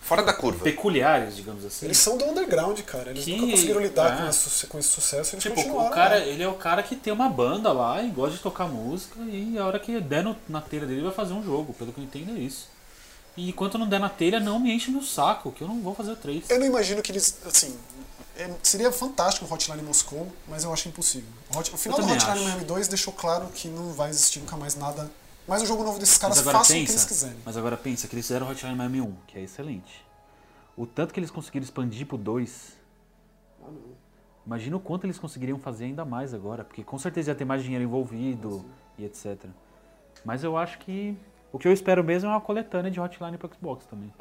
C: Fora da curva.
B: peculiares, digamos assim.
D: Eles são do underground, cara. Eles
B: Que-
D: nunca conseguiram lidar
B: é.
D: com, esse, com esse sucesso. Eles
B: Tipo,
D: continuaram.
B: o cara,
D: né?
B: ele é o cara que tem uma banda lá e gosta de tocar música e a hora que der no- na telha dele vai fazer um jogo, pelo que eu entendo é isso. E enquanto não der na telha, não me enche meu saco, que eu não vou fazer o 3.
D: Eu não imagino que eles. Assim. é- seria fantástico o Hotline Moscou, mas eu acho impossível. O, Hot- o final
B: Eu
D: do
B: também
D: Hotline
B: acho.
D: Miami 2 deixou claro que não vai existir nunca mais nada. Mas o jogo novo desses
B: Mas
D: caras
B: agora
D: façam o que eles
B: pensa,
D: quiserem.
B: mas agora pensa que eles fizeram Hotline Miami 1, que é excelente. O tanto que eles conseguiram expandir pro 2. Imagina o quanto eles conseguiriam fazer ainda mais agora, porque com certeza ia ter mais dinheiro envolvido e etc. Mas eu acho que o que eu espero mesmo é uma coletânea de Hotline pro Xbox também.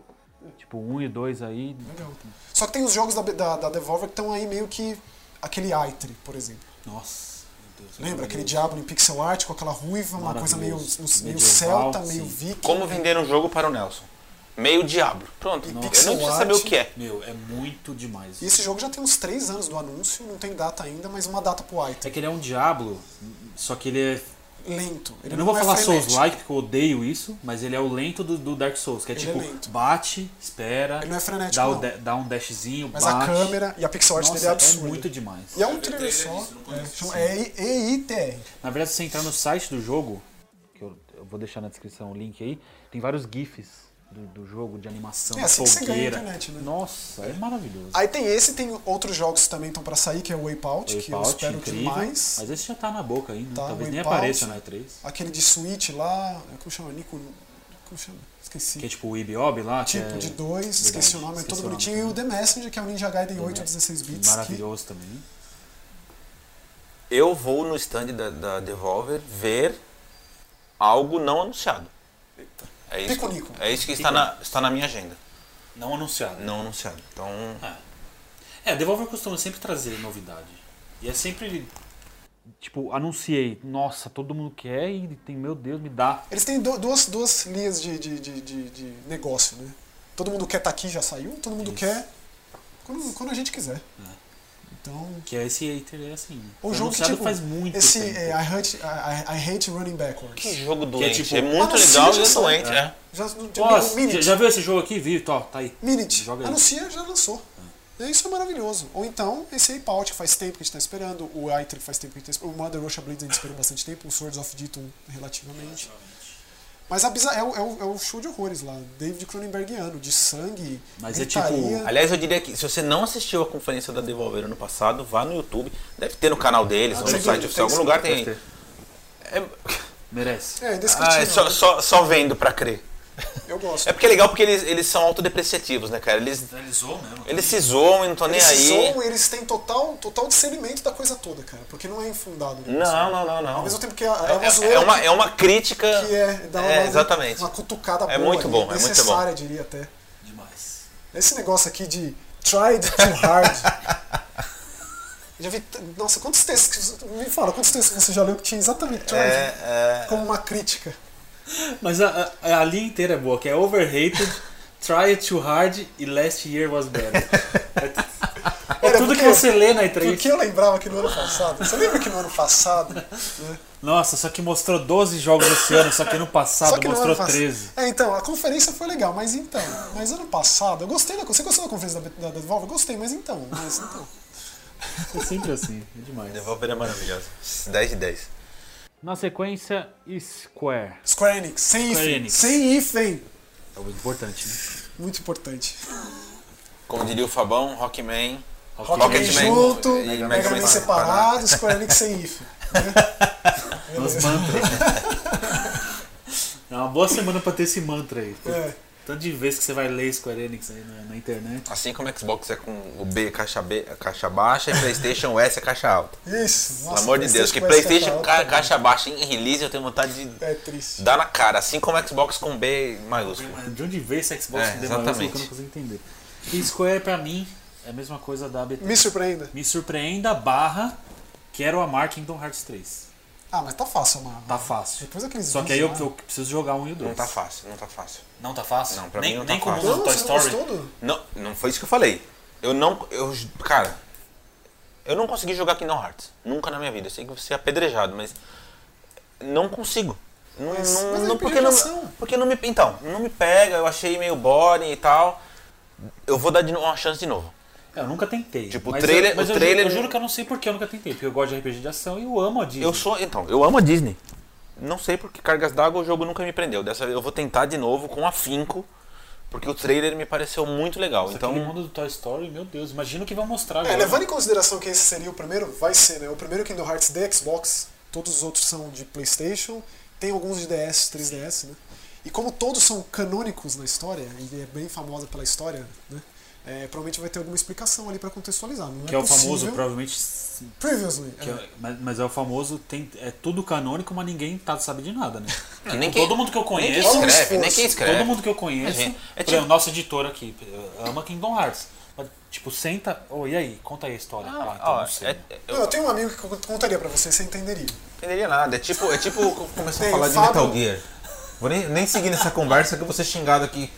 B: Tipo, 1 e 2 aí.
D: Legal. Só que tem os jogos da, da, da Devolver que estão aí meio que. Aquele Aitre, por exemplo.
B: Nossa, meu Deus.
D: Lembra? Aquele diabo em pixel art com aquela ruiva, uma coisa meio,
B: Uhum. Maravilhoso.
D: meio
B: Medieval,
D: celta, meio
B: sim.
D: viking.
C: Como vender um jogo para o Nelson? Meio diabo. Pronto. Eu não
D: pixel
C: preciso
D: art.
C: saber o que é.
B: Meu, é muito demais.
D: E esse jogo já tem uns 3 anos do anúncio, não tem data ainda, mas uma data pro Aitre.
B: É que ele é um Diablo, só que ele é
D: lento. Ele é
B: Eu não vou falar
D: frenético.
B: Souls-like, porque eu odeio isso, mas ele é o lento do, do Dark Souls, que é
D: Ele
B: tipo,
D: é lento.
B: bate, espera,
D: Ele não é frenético,
B: dá, o
D: não.
B: de- dá um dashzinho,
D: Mas
B: bate.
D: a câmera e a pixel art dele
B: Nossa,
D: é
B: é,
D: absurda.
B: muito demais.
D: E é um
G: Eu vi
D: trailer
G: trailer
D: só.
G: disso, não conheço
D: é,
G: isso.
D: chama- É I- EITR.
B: Na verdade, se você entrar no site do jogo, que eu, eu vou deixar na descrição o link aí, tem vários GIFs do, do jogo, de animação,
D: É assim que você ganha na
B: folgueira.
D: internet, né?
B: Nossa, é maravilhoso.
D: Aí tem esse, tem outros jogos que também estão pra sair, que é o Wipeout, que eu
B: Wipeout,
D: espero
B: incrível.
D: demais.
B: Mas esse já tá na boca aí, né?
D: Tá,
B: Talvez nem
D: Wipeout.
B: apareça na E3.
D: Aquele de Switch lá, é, como chama? Nico... Como chama? Esqueci.
B: Que é tipo o Ibiob lá, que
D: Tipo
B: é
D: de dois, esqueci o nome, é
B: esqueci
D: todo
B: o nome Né?
D: bonitinho. E o The Messenger, que é o Ninja Gaiden 8 16 bits. que-
B: maravilhoso também.
C: Eu vou no stand da, da Devolver ver algo não anunciado. É isso,
D: Picunico.
C: é isso que está na, está na minha agenda.
B: Não anunciado. né?
C: Não anunciado. Então,
B: É, Devolver costuma sempre trazer novidade. E é sempre. Tipo, anunciei, nossa, todo mundo quer e tem, meu Deus, me dá.
D: Eles têm du- duas, duas linhas de, de, de, de- de negócio, né? Todo mundo quer estar aqui, já saiu. Todo mundo quer quando, quando a gente quiser.
B: É.
D: Então...
B: Que é esse hater, é assim. né?
D: O
B: Foi
D: jogo que,
B: anunciado
D: tipo,
B: faz muito
D: esse
B: tempo.
D: é, I, hate, I, I Hate Running Backwards.
C: que jogo doente.
B: tipo,
C: é muito
D: anuncia
C: legal
D: já
C: e é
D: saiu.
C: doente. É.
D: Já, já, um
B: Ó, já,
D: Minute.
B: já viu esse jogo aqui? Viu, Tó, tá aí.
D: Minute.
B: Joga aí.
D: Anuncia, já lançou. Isso é maravilhoso. Ou então, esse Ape-Out que faz tempo que a gente tá esperando, o Aitre que faz tempo que a gente tá esperando, o Mother Russia Blades a gente esperou bastante tempo, o Swords of Ditton relativamente. Mas a bizar- é, o, é o- é o show de horrores lá, David Cronenbergiano, de sangue,
B: Mas é
D: gritaria.
B: tipo-
C: Aliás, eu diria que se você não assistiu a conferência da Devolver ano passado, vá no YouTube. Deve ter no canal deles, ou no
D: tem-
C: site
D: tem
C: oficial,
D: sim,
C: algum lugar tem.
B: ter.
C: É,
B: Merece.
D: É,
C: ah, é
D: indescritível.
C: só, só, só vendo pra crer.
D: Eu gosto.
C: É porque é legal porque eles, eles são autodepreciativos, né, cara? Eles,
B: Realizou mesmo.
C: eles se zoam e não estão nem
D: eles
C: aí.
D: são, eles têm total, total discernimento da coisa toda, cara, porque não é infundado. né?
C: Não, não, não,
D: Ao
C: não.
D: mesmo tempo que a, a
C: É- É,
D: zoeira
C: uma, é uma crítica.
D: que é dar uma,
C: é, exatamente.
D: uma cutucada boa,
C: É muito
D: ali,
C: bom, é muito bom.
D: necessária, diria até.
B: Demais.
D: Esse negócio aqui de tried too hard. já vi. t- Nossa, quantos textos. que- Me fala, quantos textos você já leu que tinha exatamente tried
C: É, é,
D: como uma crítica?
B: Mas a, a, a linha inteira é boa, que é overrated, *laughs* try it too hard e last year was better. É,
D: *laughs* Era
B: tudo
D: porque
B: que você
D: eu-
B: lê na E3.
D: Porque eu lembrava que no ano passado. Você lembra que no ano passado. né,
B: Nossa, só que mostrou 12 jogos esse ano, só que no passado
D: que no
B: mostrou
D: ano pass-
B: 13.
D: É, então, a conferência foi legal, mas então. Mas ano passado, eu gostei da. Você gostou da conferência da, da, da Devolver? Gostei, mas então. Mas então.
B: É sempre assim, é demais.
C: Devolver é maravilhosa. 10 de 10.
E: Na sequência, Square.
D: Square Enix, sem
B: Square
D: hífen.
B: Enix.
D: Sem hífen.
B: É o importante, né?
D: Muito importante.
C: Como diria o Fabão, Rockman.
D: Rockman
C: Rocketman
D: junto,
C: e
D: Mega,
C: Mega
D: Man
C: Man
D: separado, Square Enix sem if.
B: Os mantras. né? É uma boa semana pra ter esse mantra aí.
D: É.
B: Tanto de vez que você vai ler Square Enix aí na, na internet.
C: Assim como Xbox é com o B é caixa, B, é caixa baixa e PlayStation S é caixa alta.
D: Isso, nossa,
C: Pelo amor de Deus, que PlayStation ca- caixa baixa em release eu tenho vontade de
D: tá É triste.
C: dar na cara. Assim como Xbox com B maiúsculo.
B: Mas De onde veio esse Xbox
C: É,
B: com D maiúsculo que eu
C: exatamente.
B: não consigo entender. E Square pra mim é a mesma coisa da ABT.
D: Me surpreenda.
B: Me surpreenda, barra, quero amar Kingdom Hearts 3.
D: Ah, mas tá fácil, mano.
B: Tá fácil.
D: Depois aqueles
B: Só que aí eu,
D: vídeos
B: eu preciso jogar um e o dois.
C: Não tá fácil, não tá fácil.
B: Não tá fácil?
C: Não, pra
B: nem,
C: mim não
B: nem
C: tá
B: com o
C: fácil.
B: mundo do
D: Não,
B: Toy
D: você não
B: Story.
D: gostou do...
C: Não, não foi isso que eu falei. Eu não. Eu, cara, eu não consegui jogar Kingdom Hearts. Nunca na minha vida. Eu sei que você é apedrejado, mas. Não consigo. Não,
D: Mas-
C: não,
D: mas é
C: não- porque não,
D: apedrejação.
C: porque não me. Então, não me pega, eu achei meio boring e tal. Eu vou dar de novo uma chance de novo.
B: Eu nunca tentei.
C: Tipo, o
B: Mas
C: trailer-
B: eu- mas
C: o
B: eu ju-
C: trailer-
B: Eu, juro que eu não sei porque eu nunca tentei. Porque eu gosto de RPG de ação e eu amo a Disney.
C: Eu sou. Então, eu amo a Disney. Não sei porque Cargas d'Água o jogo nunca me prendeu. Dessa vez eu vou tentar de novo com afinco, porque o trailer me pareceu muito legal.
B: Então, aquele
C: então,
B: mundo do Toy Story, meu Deus, imagina o que vai mostrar
D: É,
B: agora.
D: levando em consideração que esse seria o primeiro, vai ser, né? O primeiro Kingdom Hearts de Xbox. Todos os outros são de PlayStation. Tem alguns de DS, 3DS, né? E como todos são canônicos na história, e é bem famosa pela história, né? é, provavelmente vai ter alguma explicação ali pra contextualizar. Não
B: que é o famoso,
D: possível-
B: provavelmente.
D: Previously.
B: que
D: é.
B: é- mas, mas é o famoso, tem, é tudo canônico, mas ninguém tá, sabe de nada, né?
C: nem
B: todo mundo que eu
C: nem quem
B: conheço-
C: escreve, nem quem
D: Todo
C: escreve.
B: Todo mundo que eu conheço,
C: É, é
B: por
C: tipo-
B: exemplo, nosso editor aqui, eh, ama Kingdom Hearts. Mas, tipo, senta. Oh, e aí, conta aí a história. Ah, então,
C: Ó,
B: não sei.
C: é- é- eu-
D: Não, eu tenho um amigo que eu contaria pra você, você entenderia.
C: entenderia nada. É tipo, é tipo começar
D: Ei,
C: a falar de
D: Fábio.
C: Metal Gear. Vou nem, nem seguir nessa conversa que eu vou ser xingado aqui.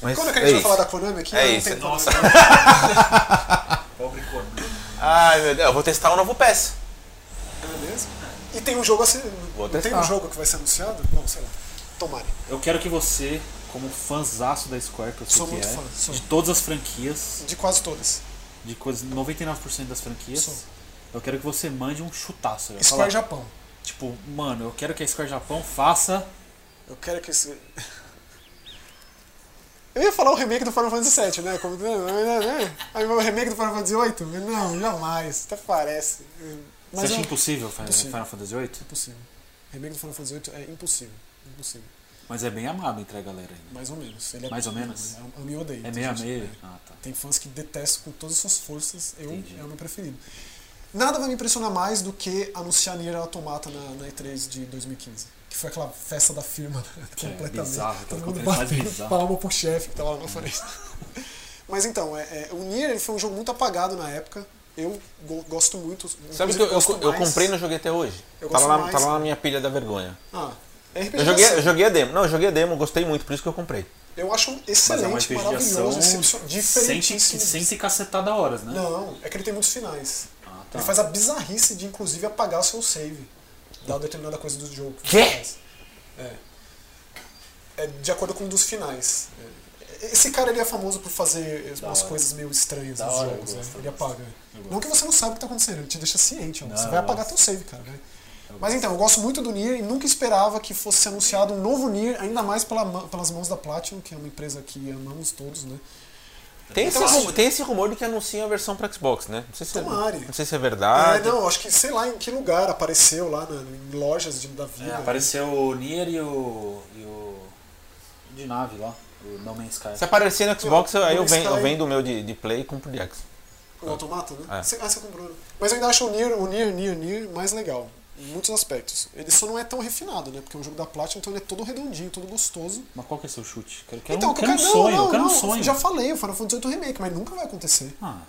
C: Mas
D: Quando que a
C: é
D: gente vai
C: isso.
D: falar da Konami aqui?
C: É
D: eu não
C: isso,
D: tenho
C: nossa.
D: problema.
B: Pobre Konami.
C: um Ai meu Deus, eu vou testar o novo PES.
D: É mesmo? E tem um jogo assim.
C: Vou
D: não tem
C: testar.
D: um jogo que vai ser anunciado? Não, sei lá. Tomara.
B: Eu quero que você, como fãzaço da Square, que eu sei
D: Sou
B: que
D: muito
B: é,
D: fã, sou.
B: de todas as franquias,
D: De quase todas.
B: de coisas 99% das franquias,
D: Sou.
B: eu quero que você mande um chutaço. Eu ia falar,
D: Square Japão.
B: Tipo, mano, eu quero que a Square Japão faça.
D: Eu quero que esse. *laughs* Eu ia falar o remake do Final Fantasy VII, né? Como... Aí o remake do Final Fantasy VIII? Não, jamais. Até parece.
B: Você
D: Mas
B: acha
D: é
B: impossível Final,
D: Impossível.
B: Final Fantasy VIII?
D: impossível. Remake do Final Fantasy VIII é impossível. Impossível.
B: Mas é bem amado entre a galera ainda.
D: Mais ou menos. Ele é-
B: Mais ou menos?
D: É, Eu me odeio.
B: É
D: Tem
B: meio a
D: gente-
B: meio. Ah, tá.
D: Tem fãs que detestam com todas as suas forças. Eu
B: Entendi.
D: é o meu preferido. Nada vai me impressionar mais do que anunciar Nier Automata na, na E3 de 2015. Que foi aquela festa da firma né? completamente.
B: bizarro, aquela
D: Todo mundo
B: conferência mais
D: batendo
B: bizarra.
D: palma pro chefe que tava lá na frente. *laughs* Mas então, é, é, o Nier ele foi um jogo muito apagado na época. Eu go- gosto muito.
C: Sabe
D: inclusive,
C: que eu, eu,
D: gosto
C: eu
D: mais-
C: comprei e não joguei até hoje.
D: Eu
C: Tava
D: gosto
C: lá,
D: mais-
C: tava lá na minha pilha da vergonha.
D: Ah, é RPG
C: Eu joguei,
D: de
C: eu
D: ação.
C: joguei a demo. Não, eu joguei a demo, gostei muito, por isso que eu comprei.
D: Eu acho
B: Mas é uma
D: excelente,
B: RPG de ação
D: maravilhoso, excepcional,
B: sem se-
D: diferentíssimo.
B: sem se cacetada horas, né?
D: Não, é que ele tem muitos finais.
B: Ah, tá.
D: Ele faz a bizarrice de, inclusive, apagar o seu save da determinada coisa do jogo. que
C: Quê?
D: você faz. É. É de acordo com um dos finais. É. Esse cara ele é famoso por fazer umas coisas meio estranhas nos
B: hora, eu
D: jogos. né?
B: gosto, eu
D: Ele apaga. Não que você não saiba o que tá acontecendo, ele te deixa ciente. ó. você vai
B: eu
D: apagar teu save, cara. né? Mas então, eu gosto muito do Nier e nunca esperava que fosse anunciado um novo Nier, ainda mais pela ma- pelas mãos da Platinum, que é uma empresa que amamos todos, né?
C: Tem esse,
D: Então,
C: ru- tem esse rumor de que anuncia a versão pra Xbox, né? Não sei se, é,
D: Tomara.
C: não sei se é
D: É,
B: Ah,
C: verdade.
D: não,
B: então-
D: acho que sei lá em que lugar apareceu lá na- em lojas de, da vida. né?
B: É, apareceu o Nier e o. e o. de nave lá, o No Man's Sky.
C: Se aparecer no Xbox,
D: Eu-
C: aí
D: no
C: eu, ven- eu
D: Sky-
C: vendo o meu de, de Play e compro de X.
D: O automata, né?
C: É.
D: Você- ah, você comprou. né? Mas eu ainda acho o Nier, o Nier, Nier, Nier mais legal. Em muitos aspectos. Ele só não é tão refinado, né? Porque é um jogo da Platinum, então ele é todo redondinho, todo gostoso.
B: Mas qual que é o seu chute? Quero, quero,
D: então,
B: um, quero um
D: cara-
B: sonho, eu quero um sonho.
D: Já falei, o Final Fantasy VIII Remake, mas nunca vai acontecer.
B: Ah,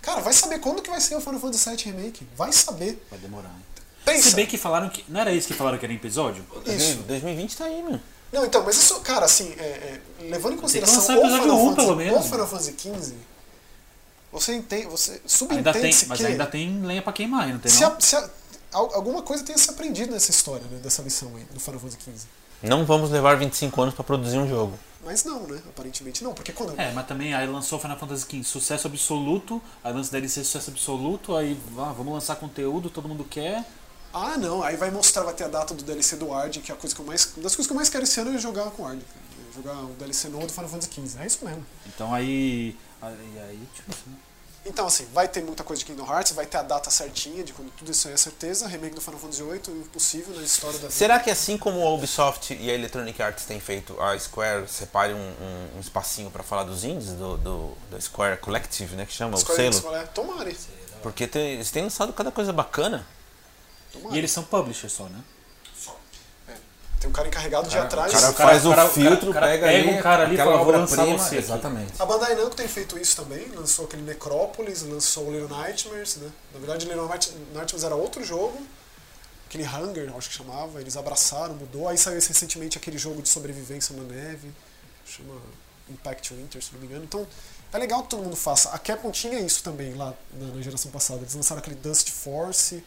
D: Cara, vai saber quando que vai ser o Final Fantasy VII Remake. Vai saber.
B: vai demorar. hein?
D: Pensa.
B: Se bem que falaram que. Não era isso que falaram que era episódio?
D: Isso.
C: 2020 tá aí, meu.
D: Não, então, mas isso, cara, assim, é- é, levando em consideração
B: lançar
D: ou
B: episódio
D: Final
B: um,
D: Fantasy,
B: pelo menos,
D: ou Final Fantasy XV, você entende, você
B: Ainda tem,
D: subentende-se
B: mas
D: que...
B: ainda tem lenha pra queimar, aí, não tem
D: se
B: não?
D: a- se a- al- alguma coisa tenha se aprendido nessa história, né, dessa lição aí, do Final Fantasy XV.
C: Não vamos levar 25 anos pra produzir um jogo.
D: Mas não, né? Aparentemente não, porque quando.
B: É, mas também aí lançou Final Fantasy XV, sucesso absoluto, aí lança DLC, sucesso absoluto, aí vá, vamos lançar conteúdo, todo mundo quer.
D: Ah, não, aí vai mostrar, vai ter a data do DLC do Ard, que é a coisa que eu mais. Uma das coisas que eu mais quero esse ano é jogar com o Ard, cara. É Jogar o DLC novo do Final Fantasy XV. É isso mesmo.
B: Então aí. Aí, aí tipo assim.
D: Então, assim, vai ter muita coisa de Kingdom Hearts, vai ter a data certinha de quando tudo isso aí é certeza. Remake do Final Fantasy VIII, impossível na história da vida.
C: Será que assim como a Ubisoft e a Electronic Arts têm feito, a Square separe um, um- um espacinho pra falar dos indies, do, do- da Square Collective, né? Que chama o
D: Square Enix,
C: selo.
D: qual é? Tomara.
C: Porque tem- eles têm lançado cada coisa bacana.
D: Tomara.
B: E eles são publishers só, né?
D: Tem um cara encarregado de ir atrás.
C: cara
B: Tá O cara-
C: faz o
B: o cara- o
C: filtro,
B: cara
C: pega,
B: pega
C: ali,
B: um cara ali e
C: aquela
B: fala, "Vou
C: obra
B: lançar
C: prima,
B: você aqui."
C: Exatamente.
D: A Bandai Namco tem feito isso também, lançou aquele Necrópolis, lançou o Little Nightmares, né? Na verdade, Little Night- Nightmares era outro jogo, aquele Hunger, acho que chamava, eles abraçaram, mudou. Aí saiu esse recentemente aquele jogo de sobrevivência na neve, chama Impact Winter, se não me engano. Então, é legal que todo mundo faça. A Capcom tinha isso também lá na, na geração passada, eles lançaram aquele Dust Force.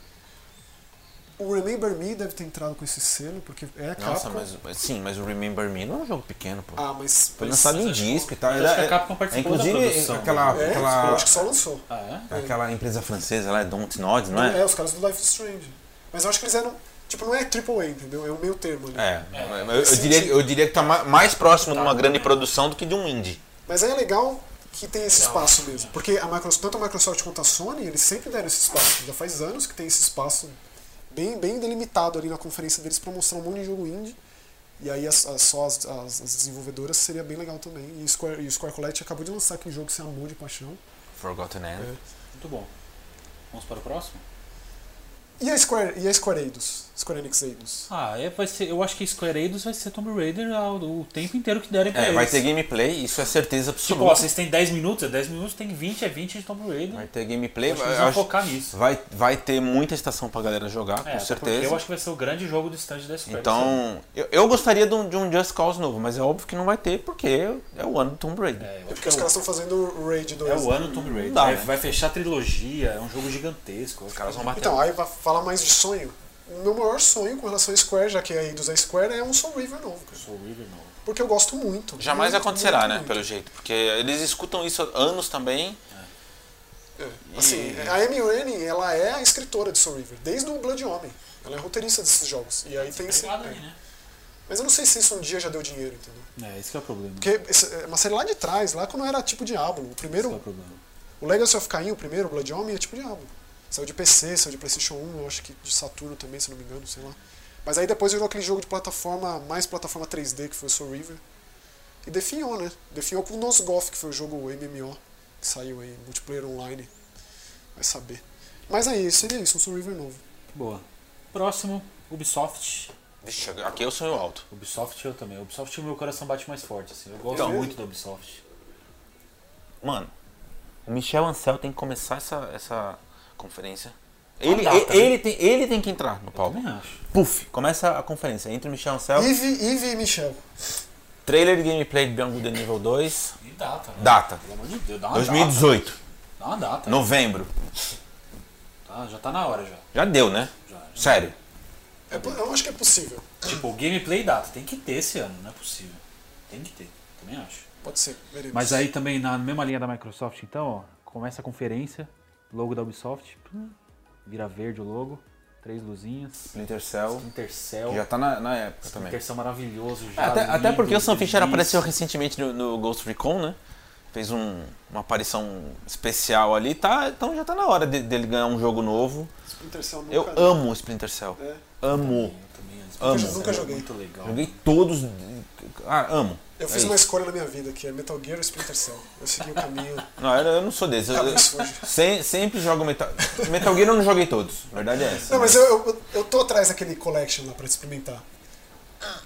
D: O Remember Me deve ter entrado com esse selo, porque
B: Tá
D: é a
C: Nossa,
D: Capcom.
C: mas, mas sim, mas o Remember Me não é um jogo pequeno, pô.
D: Ah, mas...
C: Foi lançado em disco e tal.
B: acho que a
C: É-
B: Capcom participou da
C: Inclusive,
B: produção,
C: aquela,
D: É, eu
C: aquela,
D: acho que só lançou.
B: Ah,
C: aquela empresa francesa lá, Dontnod, não
D: É,
C: é?
D: os caras do Life is Strange. Mas eu acho que eles eram. Tipo, não é AAA, entendeu? É o meio termo ali.
C: É, eu, eu diria, eu diria que tá ma- mais próximo de uma grande produção do que de um indie.
D: Mas aí é legal que tem esse espaço mesmo. Porque a Microsoft, tanto a Microsoft quanto a Sony, eles sempre deram esse espaço. Já faz anos que tem esse espaço bem, bem delimitado ali na conferência deles pra mostrar um monte de jogo indie. E aí as, as- só as, as- as desenvolvedoras seria bem legal também. E o Square, e o Square Colette acabou de lançar aquele jogo que você amou de paixão.
C: Forgotten End.
B: Muito bom. Vamos para o próximo?
D: E a Square, e a Square Eidos? Square Enix Eidos?
B: Ah, é, vai ser, eu acho que Square Eidos vai ser Tomb Raider ao- o tempo inteiro que derem pra
C: É,
B: eles.
C: vai ter gameplay, isso é certeza
B: Tipo, ó,
C: absoluta.
B: vocês têm 10 minutos, é 10 minutos, tem 20, é 20 de Tomb Raider.
C: Vai ter gameplay,
B: Acho que
C: vai,
B: eles vão
C: acho-
B: focar nisso.
C: vai, vai ter muita estação pra galera jogar,
B: É,
C: com
B: até porque eu
C: certeza.
B: acho que vai ser o grande jogo do stand da Square.
C: Então, eu, eu gostaria de um, de um Just Cause novo, mas é óbvio que não vai ter, porque é o ano do Tomb Raider.
B: É, eu
D: É
B: acho
D: porque
B: que é
D: os
B: o-
D: caras estão fazendo o Raid 2.
B: é o
D: né?
B: ano do Tomb Raider.
C: dá,
B: vai,
C: né?
B: vai fechar a trilogia, é um jogo gigantesco. Os caras vão
C: bater.
D: Então, aí vai falar mais de sonho. meu maior sonho com relação a Square, já que é aí dos da Square, é um Soul River novo, cara.
H: Soul River não.
D: Porque eu gosto muito.
C: Jamais
D: muito,
C: acontecerá,
D: muito,
C: né?
D: muito.
C: Pelo jeito. Porque eles escutam isso há anos também.
D: É. Assim, a Amy Renning, ela é a escritora de Soul River, desde o Blood Homem. Ela é roteirista desses jogos. E aí tem esse.
B: Obrigado
D: é.
B: aí, né?
D: Mas eu não sei se isso um dia já deu dinheiro, entendeu?
H: É, esse que é o problema.
D: Porque esse- é uma série lá de trás, lá quando era tipo Diablo.
H: Esse
D: O
H: que é o
D: primeiro,
H: problema.
D: o Legacy of Cain, o primeiro, o Blood Homem, é tipo Diablo. Saiu de PC, saiu de PlayStation 1, eu acho que de Saturno também, se não me engano, sei lá. Mas aí depois virou aquele jogo de plataforma, mais plataforma 3D, que foi o Soul River. E definhou, né? Definhou com o Nosgoth, que foi o jogo MMO, que saiu aí, multiplayer online. Vai saber. Mas aí, seria isso, um Soul River novo.
B: Boa. Próximo, Ubisoft.
C: Vixe, aqui eu sonho alto.
B: Ubisoft eu também. Ubisoft o meu coração bate mais forte, assim. Eu gosto
C: Então.
B: muito da Ubisoft.
C: Mano, o Michel Ancel tem que começar essa, essa conferência. Ele,
B: data,
C: ele,
B: né?
C: ele tem, ele tem que entrar no palco.
B: Também acho.
C: Puf, começa a conferência. Entra É o Michel Ancel.
D: Yves, Yves e Michel.
C: Trailer de gameplay de Beyond Good and Evil 2.
B: E data, né?
C: Data.
B: Pelo amor de Deus, dá uma
C: 2018.
B: data. Dá uma data.
C: Novembro.
B: Tá, já tá na hora já.
C: Já deu, né?
B: Já.
C: Sério.
D: É po- eu acho que é possível.
B: Tipo, gameplay e data. Tem que ter esse ano, não é possível. Tem que ter. Também acho.
D: Pode ser, veremos.
B: Mas aí também, na mesma linha da Microsoft, então, ó, começa a conferência, logo da Ubisoft, pum, vira verde o logo, três luzinhas,
C: Splinter Cell.
B: Intercel,
C: que Já tá na, na época também.
B: Intercel maravilhoso, já
C: É, Até,
B: tá lindo,
C: até porque o Sam Fisher
B: feliz.
C: apareceu recentemente no, no Ghost Recon, né? Fez um- uma aparição especial ali, tá? Então já tá na hora de- dele ganhar um jogo novo.
D: Splinter Cell nunca-
C: Eu amo o Splinter Cell.
D: É.
C: Amo.
B: Eu também, antes,
C: Amo.
B: Intercel
D: Nunca
B: é
D: joguei.
B: Muito legal.
C: Joguei todos. Ah, amo.
D: Eu
C: É
D: fiz
C: isso.
D: uma escolha na minha vida, que é Metal Gear ou Splinter Cell. Eu segui
C: *laughs*
D: o caminho.
C: Não, eu, eu não sou desse. Eu, eu-
D: Acabou isso hoje.
C: sem- sempre jogo Metal. Metal Gear eu não joguei todos. A verdade é essa.
D: Não, mas eu, eu, eu tô atrás daquele collection lá pra experimentar.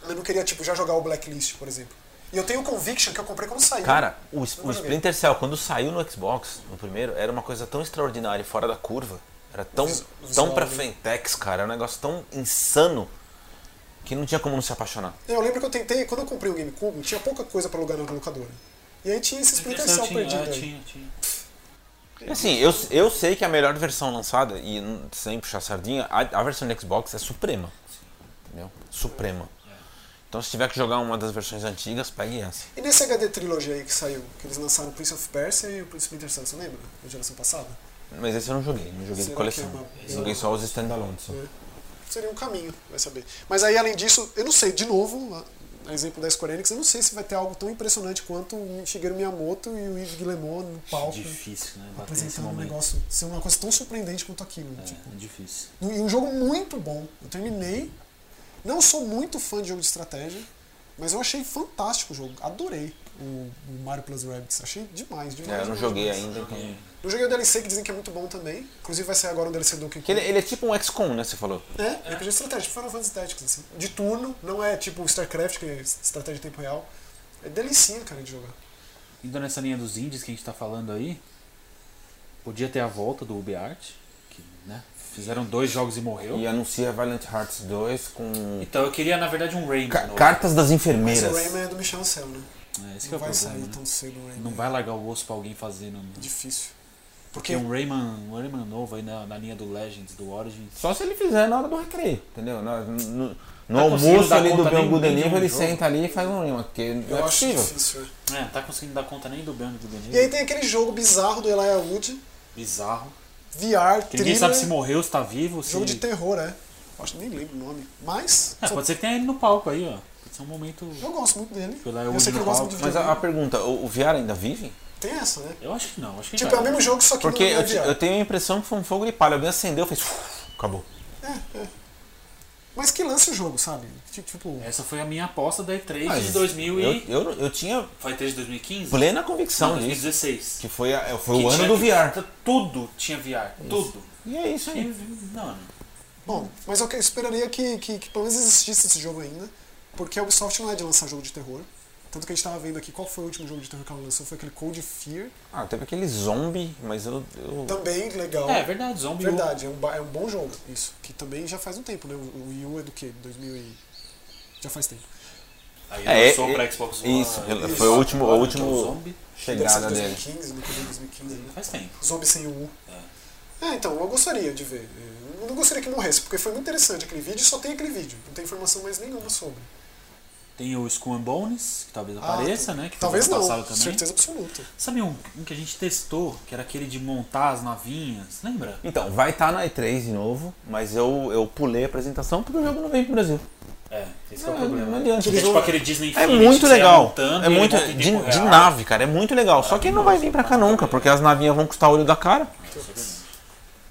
D: Eu não queria, tipo, já jogar o Blacklist, por exemplo. E eu tenho o Conviction que eu comprei quando saiu.
C: Cara, o, S- o
D: Nunca joguei.
C: Splinter Cell, quando saiu no Xbox, no primeiro, era uma coisa tão extraordinária e fora da curva. Era tão,
D: Vis- visual,
C: tão pra
D: né?
C: frentex, cara. Era um negócio tão insano que não tinha como não se apaixonar.
D: Eu lembro que eu tentei, quando eu comprei o GameCube, tinha pouca coisa pra alugar na locadora. E aí tinha esse Splinter Cell
B: tinha,
D: perdido
B: é,
D: aí.
B: tinha, tinha.
C: E assim, eu, eu sei que a melhor versão lançada, e n- sem puxar sardinha, a, a versão do Xbox é suprema. Entendeu? Suprema. Então se tiver que jogar uma das versões antigas, pegue essa.
D: E nesse HD Trilogy aí que saiu, que eles lançaram o Prince of Persia e o Splinter Cell, você lembra? Na geração passada?
C: Mas esse eu não joguei, não joguei de
D: Será
C: coleção.
D: que é uma-
C: Joguei só os standalones. só.
D: seria um caminho, vai saber. Mas aí, além disso, eu não sei, de novo, a- a exemplo da Square Enix, eu não sei se vai ter algo tão impressionante quanto o Shigeru Miyamoto e o Yves Guillemot no palco
B: Difícil, né? Bater nesse
D: apresentando um
B: momento.
D: negócio, ser uma coisa tão surpreendente quanto aquilo. tipo.
B: É, é difícil.
D: E um jogo muito bom. Eu terminei, não sou muito fã de jogo de estratégia, mas eu achei fantástico o jogo, adorei o, o Mario Plus Rabbids, achei demais, demais.
C: É, eu não
D: demais,
C: joguei
D: demais.
C: ainda. Então...
D: Eu joguei o DLC que dizem que é muito bom também, inclusive vai sair agora um DLC do Donkey
C: Que
D: Kong.
C: ele, ele é tipo um XCOM, né? Você falou.
D: É, RPG de estratégia, tipo Final Fantasy Tactics, assim. De turno, não é tipo StarCraft, que é estratégia em tempo real. É delicinha, cara, de jogar.
B: Indo nessa linha dos indies que a gente tá falando aí, podia ter a volta do UbiArt, que, né? Fizeram dois jogos e morreu.
C: E anuncia Violent Hearts 2 com
B: Então eu queria, na verdade, um Rayman.
C: Ca-
B: novo.
C: Cartas das
D: Mas o
C: Enfermeiras.
D: Rayman é do Michel Ancel, né?
B: É, esse que é
D: Não
B: o
D: vai
B: problema,
D: sair
B: né?
D: tão cedo o Rayman.
B: Não vai largar o osso pra alguém fazer. Não... Tipo,
D: Difícil. Porque
B: Porque um Rayman, um Rayman novo aí na, na linha do Legends, do Origins.
C: Só se ele fizer na hora do recreio, entendeu? Na- No, no
B: conseguindo
C: almoço
B: dar
C: ali do
B: conta nem-
C: Beyond Good
B: nem de um
C: Nível, ele
B: jogo.
C: senta ali e faz um rima, porque não
D: eu
C: é
D: acho
C: possível.
D: difícil. é.
B: É, não tá conseguindo dar conta nem do Bang do Danilo.
D: E aí tá tem aquele jogo bizarro do Elijah Wood,
B: Bizarro.
D: VR,
B: Que ninguém sabe se
D: thriller,
B: morreu, se tá vivo, se.
D: né? jogo de terror, é. Eu acho que nem lembro o nome. Mas,
B: É,
D: só-
B: pode ser que tenha ele no palco aí, ó. Pode ser um momento.
D: eu gosto muito dele.
B: Elijah
D: Eu
B: Wood
D: sei que
B: no
D: ele
B: palco, Tá.
D: gosta muito de
C: Mas
D: videogame.
C: a, a pergunta, o, o VR ainda vive?
D: Tem essa, né?
B: Eu acho que não, acho que
D: Tipo,
B: vai.
D: é o mesmo jogo, só que
C: Porque
D: não é
C: eu, te-
D: VR.
C: eu tenho a impressão que foi um fogo de palha. Alguém acendeu, fez. Acabou.
D: Mas que lance o jogo, sabe? Tipo,
B: Essa foi a minha aposta da E3
C: Mas
B: de 2000
C: eu,
B: e.
C: eu, eu tinha
B: Foi E3 de 2015?
C: plena convicção
B: Não,
C: disso.
B: 2016.
C: Que foi, a- foi
B: Que
C: o ano
B: tinha
C: do
B: que-
C: VR.
B: Tudo tinha VR. Tudo.
C: E é isso aí.
B: Não,
D: Bom, mas eu que- esperaria que, que, que pelo menos existisse esse jogo ainda, porque a Ubisoft não é de lançar jogo de terror. Tanto que a gente tava vendo aqui qual foi o último jogo de terror que ela lançou, foi aquele Cold Fear.
C: Ah, teve aquele zombie, mas eu. eu-
D: Também legal.
B: É verdade, Zombie
D: Verdade, é um, ba- é um bom jogo, isso. Que também já faz um tempo, né? O o Wii U é do quê? 2000 e... Já faz tempo.
B: Aí
C: É,
B: lançou
C: é,
B: pra Xbox One.
C: isso, foi
B: Isso.
C: o último- o
B: Agora,
C: último-
B: então, Zombie.
D: Deve ser
C: Chegada
D: de
C: dele.
D: 2015, no que vem 2015, né?
B: Faz tempo.
D: Zombie sem o U. É, então, eu gostaria de ver. É, eu não gostaria que morresse, porque foi muito interessante aquele vídeo, só tem aquele vídeo, não tem informação mais nenhuma sobre.
B: Tem o Skull and Bones, que talvez apareça,
D: Ah,
B: né? Que foi
D: Talvez
B: ano
D: não,
B: passado também.
D: certeza absoluta.
B: Sabe um, um que a gente testou, que era aquele de montar as navinhas, lembra?
C: Então, vai estar na E3 de novo, mas eu, eu pulei a apresentação porque o jogo não veio pro Brasil.
B: É, esse que é
C: Não,
B: o problema.
C: não
B: é
C: adianta, eles
B: tipo
C: vão-
B: aquele Disney
C: É
B: Infinity,
C: muito
B: que você vai
C: legal.
B: montando
C: É
B: e ele
C: muito
B: monta em
C: de,
B: tempo
C: de
B: real.
C: nave, cara. É muito legal. Só que não vai vir pra cá nunca, porque as navinhas vão custar o olho da cara.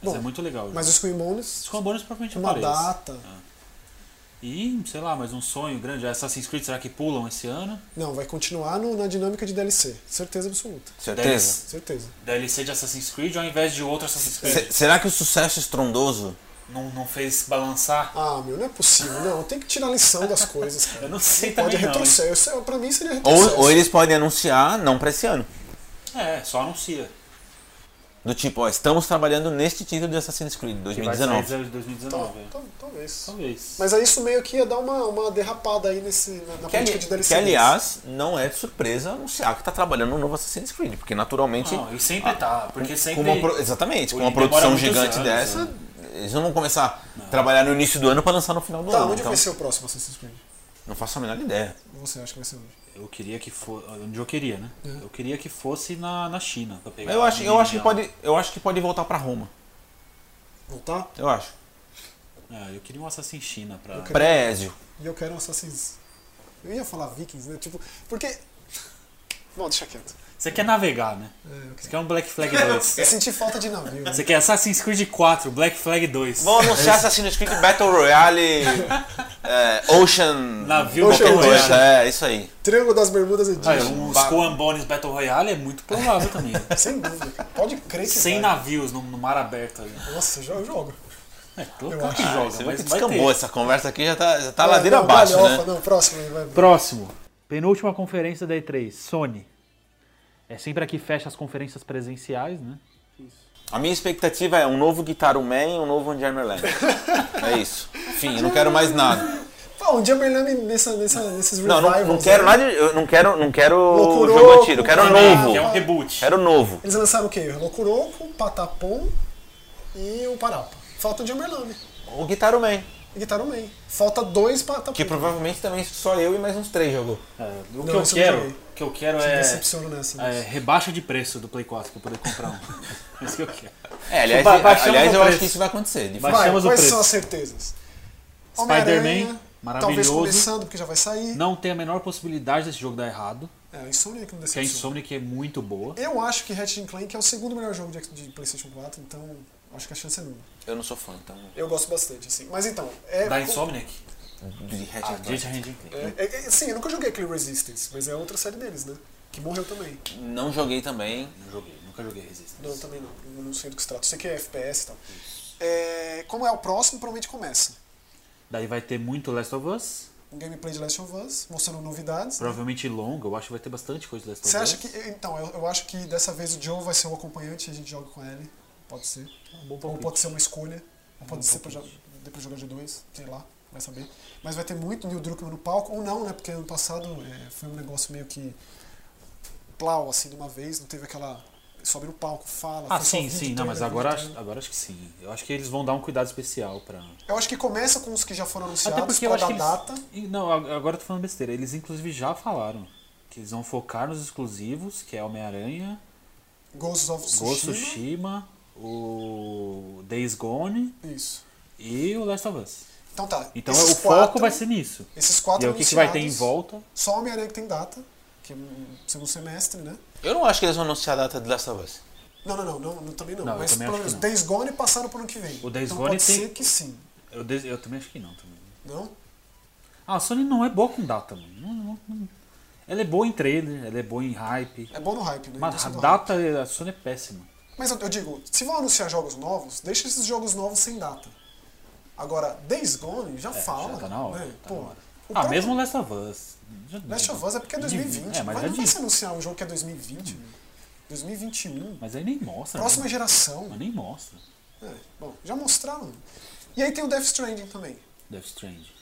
B: Mas
D: Bom,
B: é muito legal.
D: Mas os Squimones,
B: Skull and Bones provavelmente
D: uma
B: aparece.
D: data.
B: E, sei lá, mais um sonho grande. Assassin's Creed, será que pulam esse ano?
D: Não, vai continuar no- na dinâmica de DLC. Certeza absoluta.
C: Certeza.
D: Certeza.
B: DLC de Assassin's Creed ao invés de outro Assassin's Creed?
C: Se- será que o sucesso é estrondoso
B: Não, não fez balançar?
D: Ah, meu, não é possível. Não, tem que tirar lição das coisas, cara.
B: Eu não sei
D: Pode
B: também não. hein?
D: retrocesso. Pra mim seria retrocesso.
C: ou, ou eles podem anunciar não pra esse ano?
B: É, só anuncia.
C: Do tipo, ó, estamos trabalhando neste título de Assassin's Creed
B: Que vai sair
C: 2019.
B: em 2019. é.
D: Tal- Tá, então, Talvez.
B: Talvez.
D: Mas aí isso meio que ia dar uma, uma derrapada aí nesse, na, na
C: Que, ali-
D: política de DLC.
C: que, aliás, não é de surpresa anunciar que tá trabalhando um novo Assassin's Creed, porque naturalmente.
B: Não, e sempre
D: Ah,
B: tá, porque
C: com-
B: sempre-
C: com uma pro- exatamente, com uma
B: Demora
C: produção
B: muitos
C: gigante
B: anos,
C: dessa, eles não vão começar a trabalhar no início do ano pra lançar no final do
D: Tá,
C: ano.
D: onde
C: Então,
D: vai ser o próximo Assassin's Creed?
C: não faço a menor ideia.
D: Você acha que vai ser onde?
B: Eu queria que fosse. Onde eu queria, né? Eu queria que fosse na, na China. Pra pegar
C: Eu acho, eu, acho que
B: Não.
C: pode, eu acho que pode voltar pra Roma.
D: Voltar?
C: Eu acho.
B: É, eu queria um Assassin's China pra.
C: Pré-Ezio.
D: E eu quero um Assassin's. Eu ia falar Vikings, né? Tipo, porque. Bom, deixa quieto.
B: Você quer navegar, né? Você quer um Black Flag
D: *laughs*
B: 2.
C: É.
D: Eu senti falta de navio. né?
B: Você quer Assassin's Creed 4, Black Flag 2.
C: Vão anunciar Assassin's Creed Battle *laughs* Royale é, Ocean.
B: Navio
D: Ocean
B: Battle
D: Royale.
B: Royale.
C: É, isso aí.
D: Triângulo das Bermudas Edition.
B: Ah, um Skull and Bones Battle Royale é muito provável também.
D: Sem dúvida, cara. Pode crer que
B: Sem
D: vai.
B: navios no, no mar aberto ali.
D: Nossa, eu jo- jogo.
B: É, todo
D: Eu
B: cara
D: acho.
B: que joga,
C: Ah, Você vê
B: mas
C: que
B: vai
C: descambou
B: ter. É,
C: essa conversa aqui, já tá, já tá
D: Ah,
C: ladeira
D: não,
C: abaixo,
D: galhofa,
C: né?
D: Não, próximo aí, vai.
E: Próximo. Penúltima conferência da E3, Sony. É sempre aqui fecha as conferências presenciais, né?
C: A minha expectativa é um novo Guitar Man e um novo One Jammer Land. é isso. Fim, eu não quero mais nada.
D: Pô, um Jammerland nessa, nessa, nesses
C: Não,
D: revivals.
C: não, não quero
D: né?
C: nada. de- Eu não quero, não quero
D: Loucurou,
C: jogo antigo, eu quero
D: com-
B: Que é um
C: novo.
B: reboot.
C: Quero novo.
D: Eles lançaram o quê? Locuroco, Patapom e o Parapa. Falta o Jammerland
C: O Guitar Man,
D: e Guitar Man. Falta dois Patapom.
C: que provavelmente também só eu e mais uns três jogou.
B: É, o que
D: Não,
B: eu
D: esse eu
B: quero,
D: joguei.
B: o que eu quero
D: Me
B: é,
D: decepciono nessa.
B: é rebaixa de preço do Play 4 pra eu poder comprar *laughs* um. Isso que eu quero.
C: É, aliás,
B: Ba- baixamos
C: aliás
B: o
C: eu acho
B: preço.
C: que isso vai acontecer. de
D: Vai,
E: Baixamos o
D: quais
E: preço.
D: são as certezas?
E: Spider-Man,
D: Talvez
E: maravilhoso.
D: começando, porque já vai sair.
E: Não tem a menor possibilidade desse jogo dar errado.
D: É, a Insomnia que não
E: Que a
D: decepciona.
E: Insomniac é muito boa.
D: Eu acho que Ratchet Clank é o segundo melhor jogo de, de PlayStation 4, então acho que a chance é nula.
C: Eu não sou fã, então.
D: Eu gosto bastante, assim. Mas então, é.
B: Da Insomniac?
C: De Ratchet
B: Ah,
C: and Clank.
B: Dirty Hand Clank.
D: é- é- é- sim, eu nunca joguei aquele Resistance, mas é outra série deles, né? Que morreu também.
C: Não joguei também.
B: Não joguei, nunca joguei Resistance.
D: Não, também não. Eu não sei do que se trata. Sei que é FPS e tal. É, como é o próximo, provavelmente começa.
B: Daí vai ter muito Last of Us,
D: Um gameplay de Last of Us, mostrando novidades.
B: provavelmente longo, eu acho que vai ter bastante coisa de Last of Us.
D: Você acha que. Então, eu, eu acho que dessa vez o Joe vai ser o acompanhante e a gente joga com ele. Pode ser. Ou Então pode ser uma escolha. Ou pode ser pra, jo- depois jogar de dois, sei lá, vai saber. Mas vai ter muito Neil Druckmann no palco, ou não, né? Porque ano passado é, foi um negócio meio que. plau, assim, de uma vez, não teve aquela. sobe no palco, fala.
B: Ah,
D: foi só
B: sim,
D: vídeo,
B: sim, não,
D: trailer,
B: mas
D: vídeo,
B: agora,
D: trailer.
B: agora acho que sim. Eu acho que eles vão dar um cuidado especial pra.
D: Eu acho que começa com os que já foram anunciados,
B: Até porque eu
D: pra
B: acho
D: dar
B: que. Eles...
D: data.
B: Ih, Não, a- agora eu tô falando besteira. Eles inclusive já falaram que eles vão focar nos exclusivos, que é Homem-Aranha,
D: Ghosts of Tsushima.
B: Ghost of Tsushima, o Days Gone
D: Isso.
B: e o Last of Us.
D: Então tá.
B: Então
D: esses
B: o foco
D: quatro-
B: vai ser nisso.
D: Esses quatro
B: E aí, o que, que vai ter em
D: anunciados.
B: volta?
D: Só Homem-Aranha que tem data, que é um segundo semestre, né?
C: Eu não acho que eles vão anunciar a data de Last of Us.
D: Não, não, não, não, não também não.
B: Não, eu
D: Mas
B: também
D: pelo
B: acho
D: menos
B: que
D: Days Gone passaram pro ano que vem.
B: O Days
D: então
B: Gone
D: pode
B: tem-
D: ser que sim,
B: Eu, des- eu também acho que não também.
D: não?
B: Ah, a Sony não é boa com data, mano. Não- não- não- Ela é boa em trailer, ela é boa em hype.
D: É bom no hype, né?
B: Mas
D: Então,
B: a
D: sendo hype.
B: data, a Sony é péssima.
D: Mas eu, eu digo, se vão anunciar jogos novos, deixa esses jogos novos sem data. Agora, Days Gone já fala.
B: já tá na hora,
D: Né?
B: tá
D: Pô,
B: na hora.
D: o
B: ah,
D: próprio
B: mesmo Last of Us. Já-
D: Last of Us é porque é 2020.
B: É, mas
D: mas
B: já
D: não vai
B: disse.
D: se anunciar um jogo que é 2020, né? 2021.
B: Mas aí nem mostra. né?
D: Próxima geração.
B: Mas nem mostra.
D: É, bom, já mostraram. E aí tem o Death Stranding também.
B: Death Strange.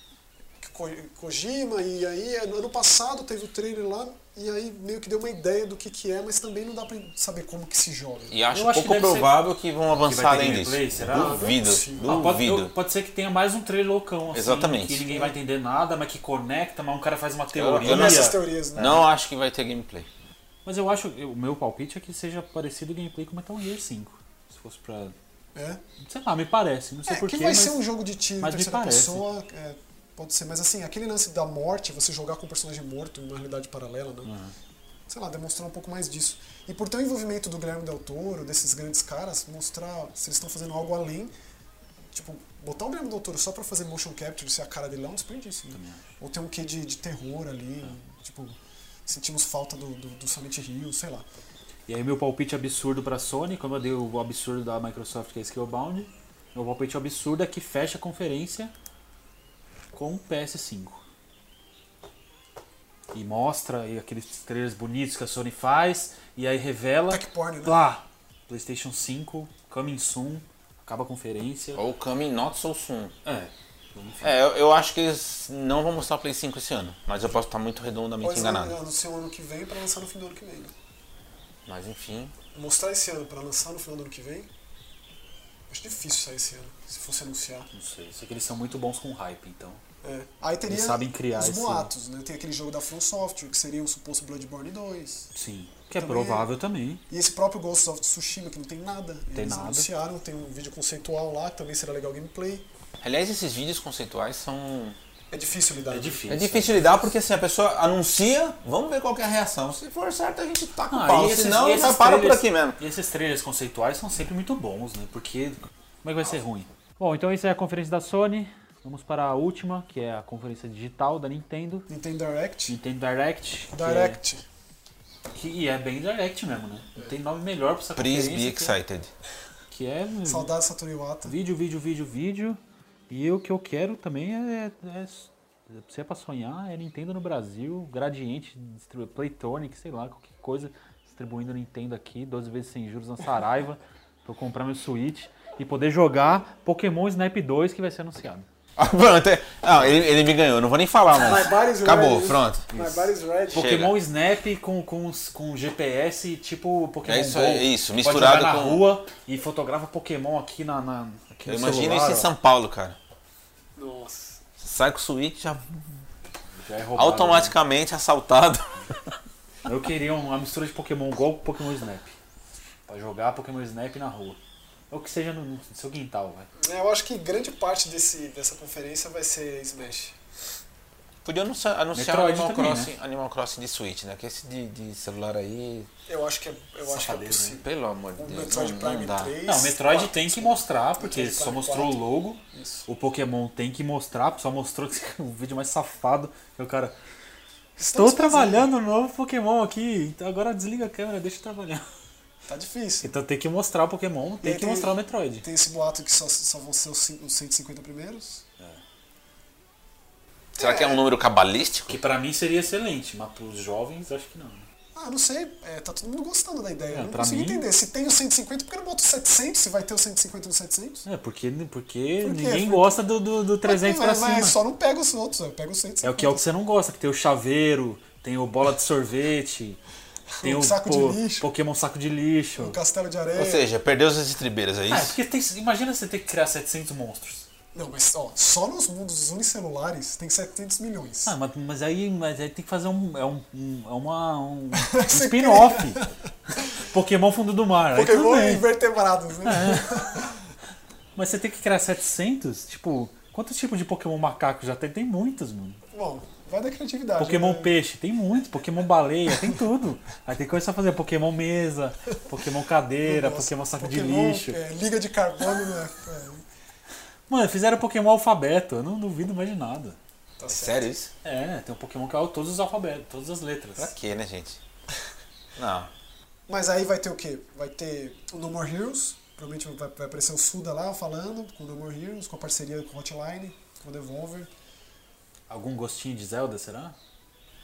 D: Que Ko- Kojima, e aí é, ano passado teve o trailer lá, e aí meio que deu uma ideia do que que é, mas também não dá pra saber como que se joga.
C: E acho,
B: Eu acho que
C: pouco
B: deve ser-
C: provável que vão avançar
I: ter
C: além
I: gameplay,
C: disso.
I: será?
C: Duvido,
B: Ah, pode, eu-
C: duvido.
B: pode ser que tenha mais um trailer loucão, assim,
C: Exatamente.
B: que ninguém vai entender nada, mas que conecta, mas um cara faz uma
C: Eu- eu
B: teoria.
C: não-
D: Essas teorias,
B: É.
D: né?
C: Não acho que vai ter gameplay.
B: Mas eu acho, eu- o meu palpite é que seja parecido o gameplay com Metal Gear 5. Se fosse pra...
D: É,
B: Sei lá, me parece, não sei
D: É, que
B: porquê,
D: vai
B: mas...
D: ser um jogo de tiro em
B: mas me
D: terceira
B: parece.
D: pessoa, é, pode ser, mas assim, aquele lance da morte, você jogar com um personagem morto em uma realidade paralela, né?
B: Ah.
D: Sei lá, demonstrar um pouco mais disso. E por ter o envolvimento do Guilherme Del Toro, desses grandes caras, mostrar se eles estão fazendo algo além. Tipo, botar o Guilherme Del Toro só pra fazer motion capture, ser a cara dele lá, é um desperdício. Né? Ou ter um quê de, de terror ali,
B: Ah.
D: tipo, sentimos falta do, do, do Silent Hill, sei lá.
B: E aí meu palpite absurdo pra Sony, como eu dei o absurdo da Microsoft que é Skillbound, meu palpite absurdo é que fecha a conferência com o PS5. E mostra aí aqueles trailers bonitos que a Sony faz, e aí revela
D: Tech porn, né?
B: lá, PlayStation 5, coming soon, acaba a conferência.
C: Ou Coming Not So Soon.
B: É,
C: É, eu, eu acho que eles não vão mostrar o Play 5 esse ano. Mas eu posso estar muito redondamente
B: é.
D: Pode
C: enganado.
D: anunciar o ano que vem pra lançar no fim do ano que vem. né?
C: Mas enfim.
D: mostrar esse ano pra lançar no final do ano que vem, acho difícil sair esse ano, se fosse anunciar.
B: não sei, eu sei que eles são muito bons com hype, então.
D: É. Aí teria
B: Eles sabem criar
D: os
B: esse-
D: boatos, né? Tem aquele jogo da From Software, que seria o suposto Bloodborne 2.
B: Sim, que é
D: Também-
B: provável também.
D: E esse próprio Ghost of Tsushima, que não tem nada.
B: Tem
D: Eles
B: nada.
D: anunciaram, tem um vídeo conceitual lá, que também será legal gameplay.
C: Aliás, esses vídeos conceituais são.
D: É difícil lidar.
B: É
D: né?
B: difícil.
C: É difícil lidar porque assim, a pessoa anuncia, vamos ver qual que é a reação. Se for certo, a gente tá. taca o
B: Ah,
C: pau.
B: e esses-
C: Se não,
B: e esses
C: já para por
B: trailers-
C: aqui mesmo.
B: E esses trailers conceituais são sempre muito bons, né? Porque como é que vai ser ruim? Bom, então isso é a conferência da Sony. Vamos para a última, que é a conferência digital da Nintendo.
D: Nintendo Direct.
B: Nintendo Direct. que é-
D: Direct.
B: Que, e é bem Direct mesmo, né? Não tem nome melhor pra essa
C: Please be
B: conferência. que-
C: excited. *laughs*
B: Que é
D: Saudades Satoru Iwata.
B: vídeo, vídeo, vídeo, vídeo. E o que eu quero também é... é- se é pra sonhar, é Nintendo no Brasil, Gradiente, distribu- Playtonic, sei lá, qualquer coisa, distribuindo Nintendo aqui, 12 vezes sem juros na Saraiva, *laughs* pra eu comprar meu Switch e poder jogar Pokémon Snap 2 que vai ser anunciado.
C: Ah, pronto. é- Não, ele, ele me ganhou, não vou nem falar mais. Acabou, pronto.
D: My body's
C: Chega.
D: ready.
B: Pokémon Snap com, com, os- com GPS tipo Pokémon
C: É isso
B: Go.
C: aí, é isso,
B: Pode
C: misturado
B: jogar na
C: com-
B: rua e fotografa Pokémon aqui na... na aqui no
C: Imagina
B: celular,
C: isso em
B: ó.
C: São Paulo, cara.
D: Nossa.
C: Sai com o Switch já
B: né? Já é roubado,
C: automaticamente assaltado. *laughs*
B: Eu queria um, uma mistura de Pokémon Go com Pokémon Snap. Pra jogar Pokémon Snap na rua. Ou que seja no, no seu quintal, vai.
D: É, Eu acho que grande parte desse, dessa conferência vai ser Smash.
C: Podia anunciar, anunciar
B: Metroid
C: Animal,
B: também, né?
C: Crossing, Animal Crossing de Switch, né? Que esse de, de celular aí. né?
D: Eu acho que é, eu acho que é
B: Safadeza, né?
D: possível.
C: Pelo amor de
D: O
C: Deus,
D: Metroid
C: não, não
D: Prime
C: dá.
D: 3.
B: Não, o Metroid
D: quatro,
B: tem que mostrar, porque
D: Metroid
B: só
D: Prime
B: mostrou o
D: quatro.
B: logo.
D: Isso.
B: O Pokémon tem que mostrar, porque só mostrou *laughs* o vídeo mais safado. Que o cara. Estou
D: Estamos
B: trabalhando no novo Pokémon aqui. Então agora desliga a câmera, deixa eu trabalhar. *laughs*
D: Tá difícil.
B: Então tem que mostrar o Pokémon, tem
D: E
B: que
D: tem-
B: mostrar o Metroid.
D: Tem esse boato que só, só vão ser os, cin- os 150 primeiros.
C: Será que é um número cabalístico?
B: Que pra mim seria excelente, mas pros jovens acho que não. né?
D: Ah, não sei. É, tá todo mundo gostando da ideia.
B: É,
D: Eu não
B: pra
D: consigo
B: mim-
D: entender. Se tem os 150, por que não bota os 700? Se vai ter os 150 nos 700?
B: É, porque, porque
D: Por quê?
B: ninguém
D: Porque-
B: gosta do, do, do 300
D: Mas-
B: pra
D: mas
B: cima.
D: só não pega os outros, eu pego os 150.
B: É o que é o que você não gosta, que tem o chaveiro, tem o bola de sorvete, tem
D: O
B: o,
D: Um saco de lixo. Um
B: Pokémon saco de lixo.
D: O castelo de areia.
C: Ou seja, perdeu as estribeiras, é
B: Ah, é
C: isso?
B: porque tem, imagina você ter que criar 700 monstros.
D: Não, mas ó, só nos mundos unicelulares tem 700 milhões.
B: Ah, mas, mas aí, mas aí tem que fazer um, é um, um- é uma, um, um
D: *laughs* Você
B: spin-off. Pokémon fundo do mar. aí tudo
D: Pokémon
B: bem.
D: invertebrados, né?
B: Mas você tem que criar 700? Tipo, quantos tipos de Pokémon macaco já tem? Tem muitos, mano.
D: Bom, vai da criatividade.
B: É. Pokémon
D: né?
B: peixe, tem muito. Pokémon baleia, tem tudo. Aí tem que começar a fazer Pokémon mesa, Pokémon cadeira,
D: Nossa,
B: Pokémon saco
D: Pokémon,
B: de lixo.
D: é, liga de carbono, né? É,
B: Mano, fizeram Pokémon alfabeto, eu não duvido mais de nada.
D: tá certo.
C: Sério isso?
B: É, tem um Pokémon que é todos os alfabetos, todas as
C: Pra
B: letras.
C: quê,
B: *laughs*
C: né, gente? Não.
D: Mas aí vai ter o quê? Vai ter o No More Heroes, provavelmente vai, vai aparecer o Suda lá falando com o No More Heroes, com a parceria com o Hotline, com o Devolver.
B: Algum gostinho de Zelda, será?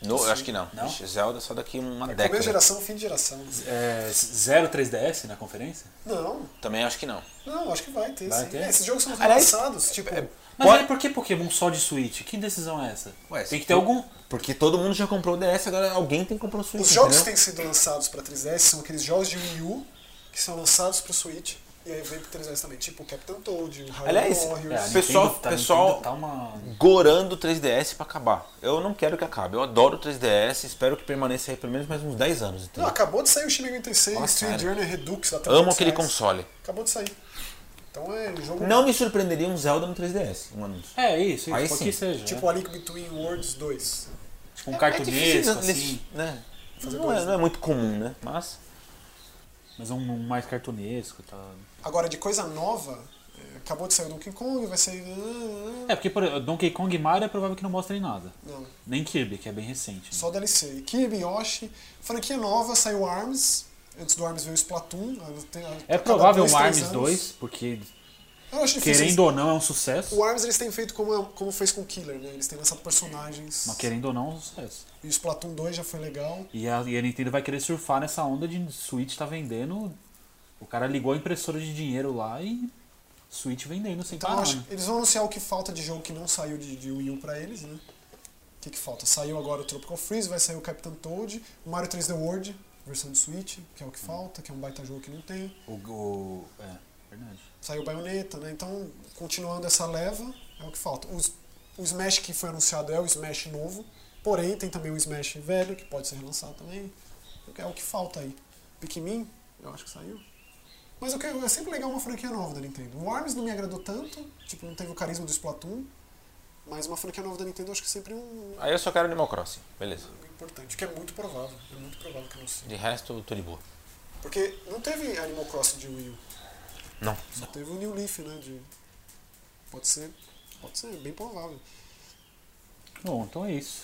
C: No, eu acho que não.
B: Não?
C: Ixi, Zelda é só daqui uma
D: Primeira
C: década.
D: geração, fim É de geração.
B: É, zero 3DS na conferência?
D: Não,
C: Também acho que não.
D: não, acho que vai ter.
B: Vai
D: sim.
B: ter?
D: É, esses jogos são
C: Aliás, é,
D: lançados, tipo,
B: Mas
C: Pode-
B: aí por que Pokémon só de Switch? Que decisão é essa?
C: Ué,
B: tem que
C: se
B: ter
C: for-
B: algum.
C: Porque todo mundo já comprou o DS, agora alguém tem que comprar o Switch.
D: Os jogos que
C: entendeu?
D: têm sido lançados pra 3DS são aqueles jogos de Wii U que são lançados pro Switch e aí vem pro 3DS também, tipo o Captain Toad, o Hyrule
C: Aliás,
B: É, a
D: Warriors.
B: Nintendo
C: Pessoal-
B: tá- a Nintendo
C: pessoal-
B: tá uma-
C: Gorando o 3DS pra acabar. Eu não quero que acabe. Eu adoro o 3DS, espero que permaneça aí pelo menos mais uns 10 anos.
D: Não,
C: Entendeu?
D: acabou de sair o Shin 96,
C: Nossa,
D: Street
C: cara.
D: Journey Redux, até
C: Amo aquele
D: console.
C: console.
D: Acabou de sair. Então é um jogo
C: Não me surpreenderia um Zelda no 3DS, um anúncio.
B: É isso, isso
C: Aí
B: pode
C: sim.
B: que seja.
D: tipo
B: né?
D: A Link Between Worlds 2. É,
B: Tipo um cartunista, assim.
C: né?
D: Fazer
C: não, é,
D: dois,
C: não é muito comum, né? Mas.
B: Mas um, um mais cartunesco tá? e tal.
D: Agora, de coisa nova, é, acabou de sair o Donkey Kong, vai sair. ah,
B: É, porque por, exemplo, Donkey Kong e Mario é provável que não mostrem nada.
D: Não,
B: Nem Kirby, que é bem recente. né?
D: só DLC. E Kirby, Yoshi, franquia nova, saiu Arms. Antes do Arms veio Splatoon. tem- a-
B: É
D: a cada
B: provável
D: dois,
B: um
D: três
B: Arms
D: anos.
B: 2, porque
D: Eu acho difícil.
B: querendo ou não é um sucesso.
D: O Arms eles têm feito como, como fez com o Killer, né? Eles têm lançado personagens.
B: Mas querendo ou não é um sucesso.
D: E o Splatoon 2 já foi legal.
B: E a, e a Nintendo vai querer surfar nessa onda de Switch tá vendendo. O cara ligou a impressora de dinheiro lá e Switch vendendo sem
D: Então eu
B: parar.
D: acho
B: né?
D: que eles vão anunciar o que falta de jogo que não saiu de, de Wii U pra eles, né? O que, que falta? Saiu agora o Tropical Freeze, vai sair o Captain Toad, o Mario 3D World, versão de Switch, que é o que falta, que é um baita jogo que não tem.
B: O, o- é, verdade.
D: Saiu o Bayonetta, né? Então, continuando essa leva, é o que falta. Os- o Smash que foi anunciado é o Smash novo, porém tem também o Smash velho, que pode ser relançado também. É o que falta aí. Pikmin, eu acho que saiu. Mas eu quero, é sempre legal uma franquia nova da Nintendo. O Arms não me agradou tanto, tipo, não teve o carisma do Splatoon, mas uma franquia nova da Nintendo eu acho que é sempre um
C: Aí eu só quero Animal Crossing, beleza.
D: algo importante, que é muito provável, é muito provável que anuncie.
C: De resto, eu tô de boa.
D: Porque não teve Animal Crossing de Wii U,
C: Não.
D: Só teve o New Leaf, né? De... Pode ser. Pode ser, bem provável.
B: Bom, então é isso.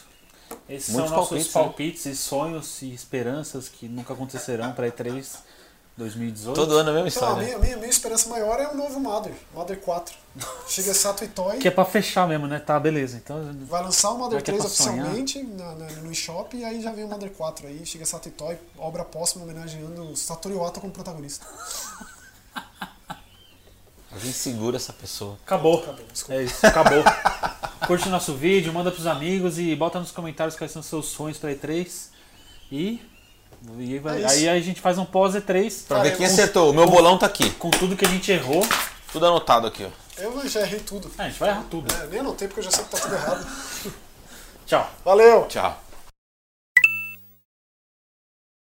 B: Esses
C: Muitos
B: são nossos
C: palpites, né?
B: palpites e sonhos e esperanças que nunca acontecerão pra E3 2018.
C: Todo ano é a mesma
B: né?
D: Então, a
C: história.
D: minha, minha, minha esperança maior é o novo Mother, Mother 4. Chega Sato e Toy,
B: Que é pra fechar mesmo, né? Tá, beleza. Então,
D: vai lançar o Mother
B: Será que é
D: 3
B: pra sonhar?
D: oficialmente na, na, no eShop e aí já vem o Mother 4 aí. Chega Sato e Toy, obra póstuma homenageando o Satoru Iwata como protagonista.
C: Alguém segura essa pessoa.
B: acabou.
D: Acabou, desculpa.
B: É isso, acabou. *laughs* Curte nosso vídeo, manda pros amigos e bota nos comentários quais são os seus sonhos pra E3. E, e vai-
D: É isso.
B: aí a gente faz um pós E3
C: Pra
D: Cara,
C: ver quem
D: eu-
C: acertou. O meu bolão tá aqui.
B: com tudo que a gente errou.
C: Tudo anotado aqui, ó.
D: Eu já
B: É.
D: errei tudo.
B: Ah, a gente vai errar tudo.
D: É, nem anotei porque eu já sei que tá tudo errado.
B: Tchau.
D: Valeu!
C: Tchau.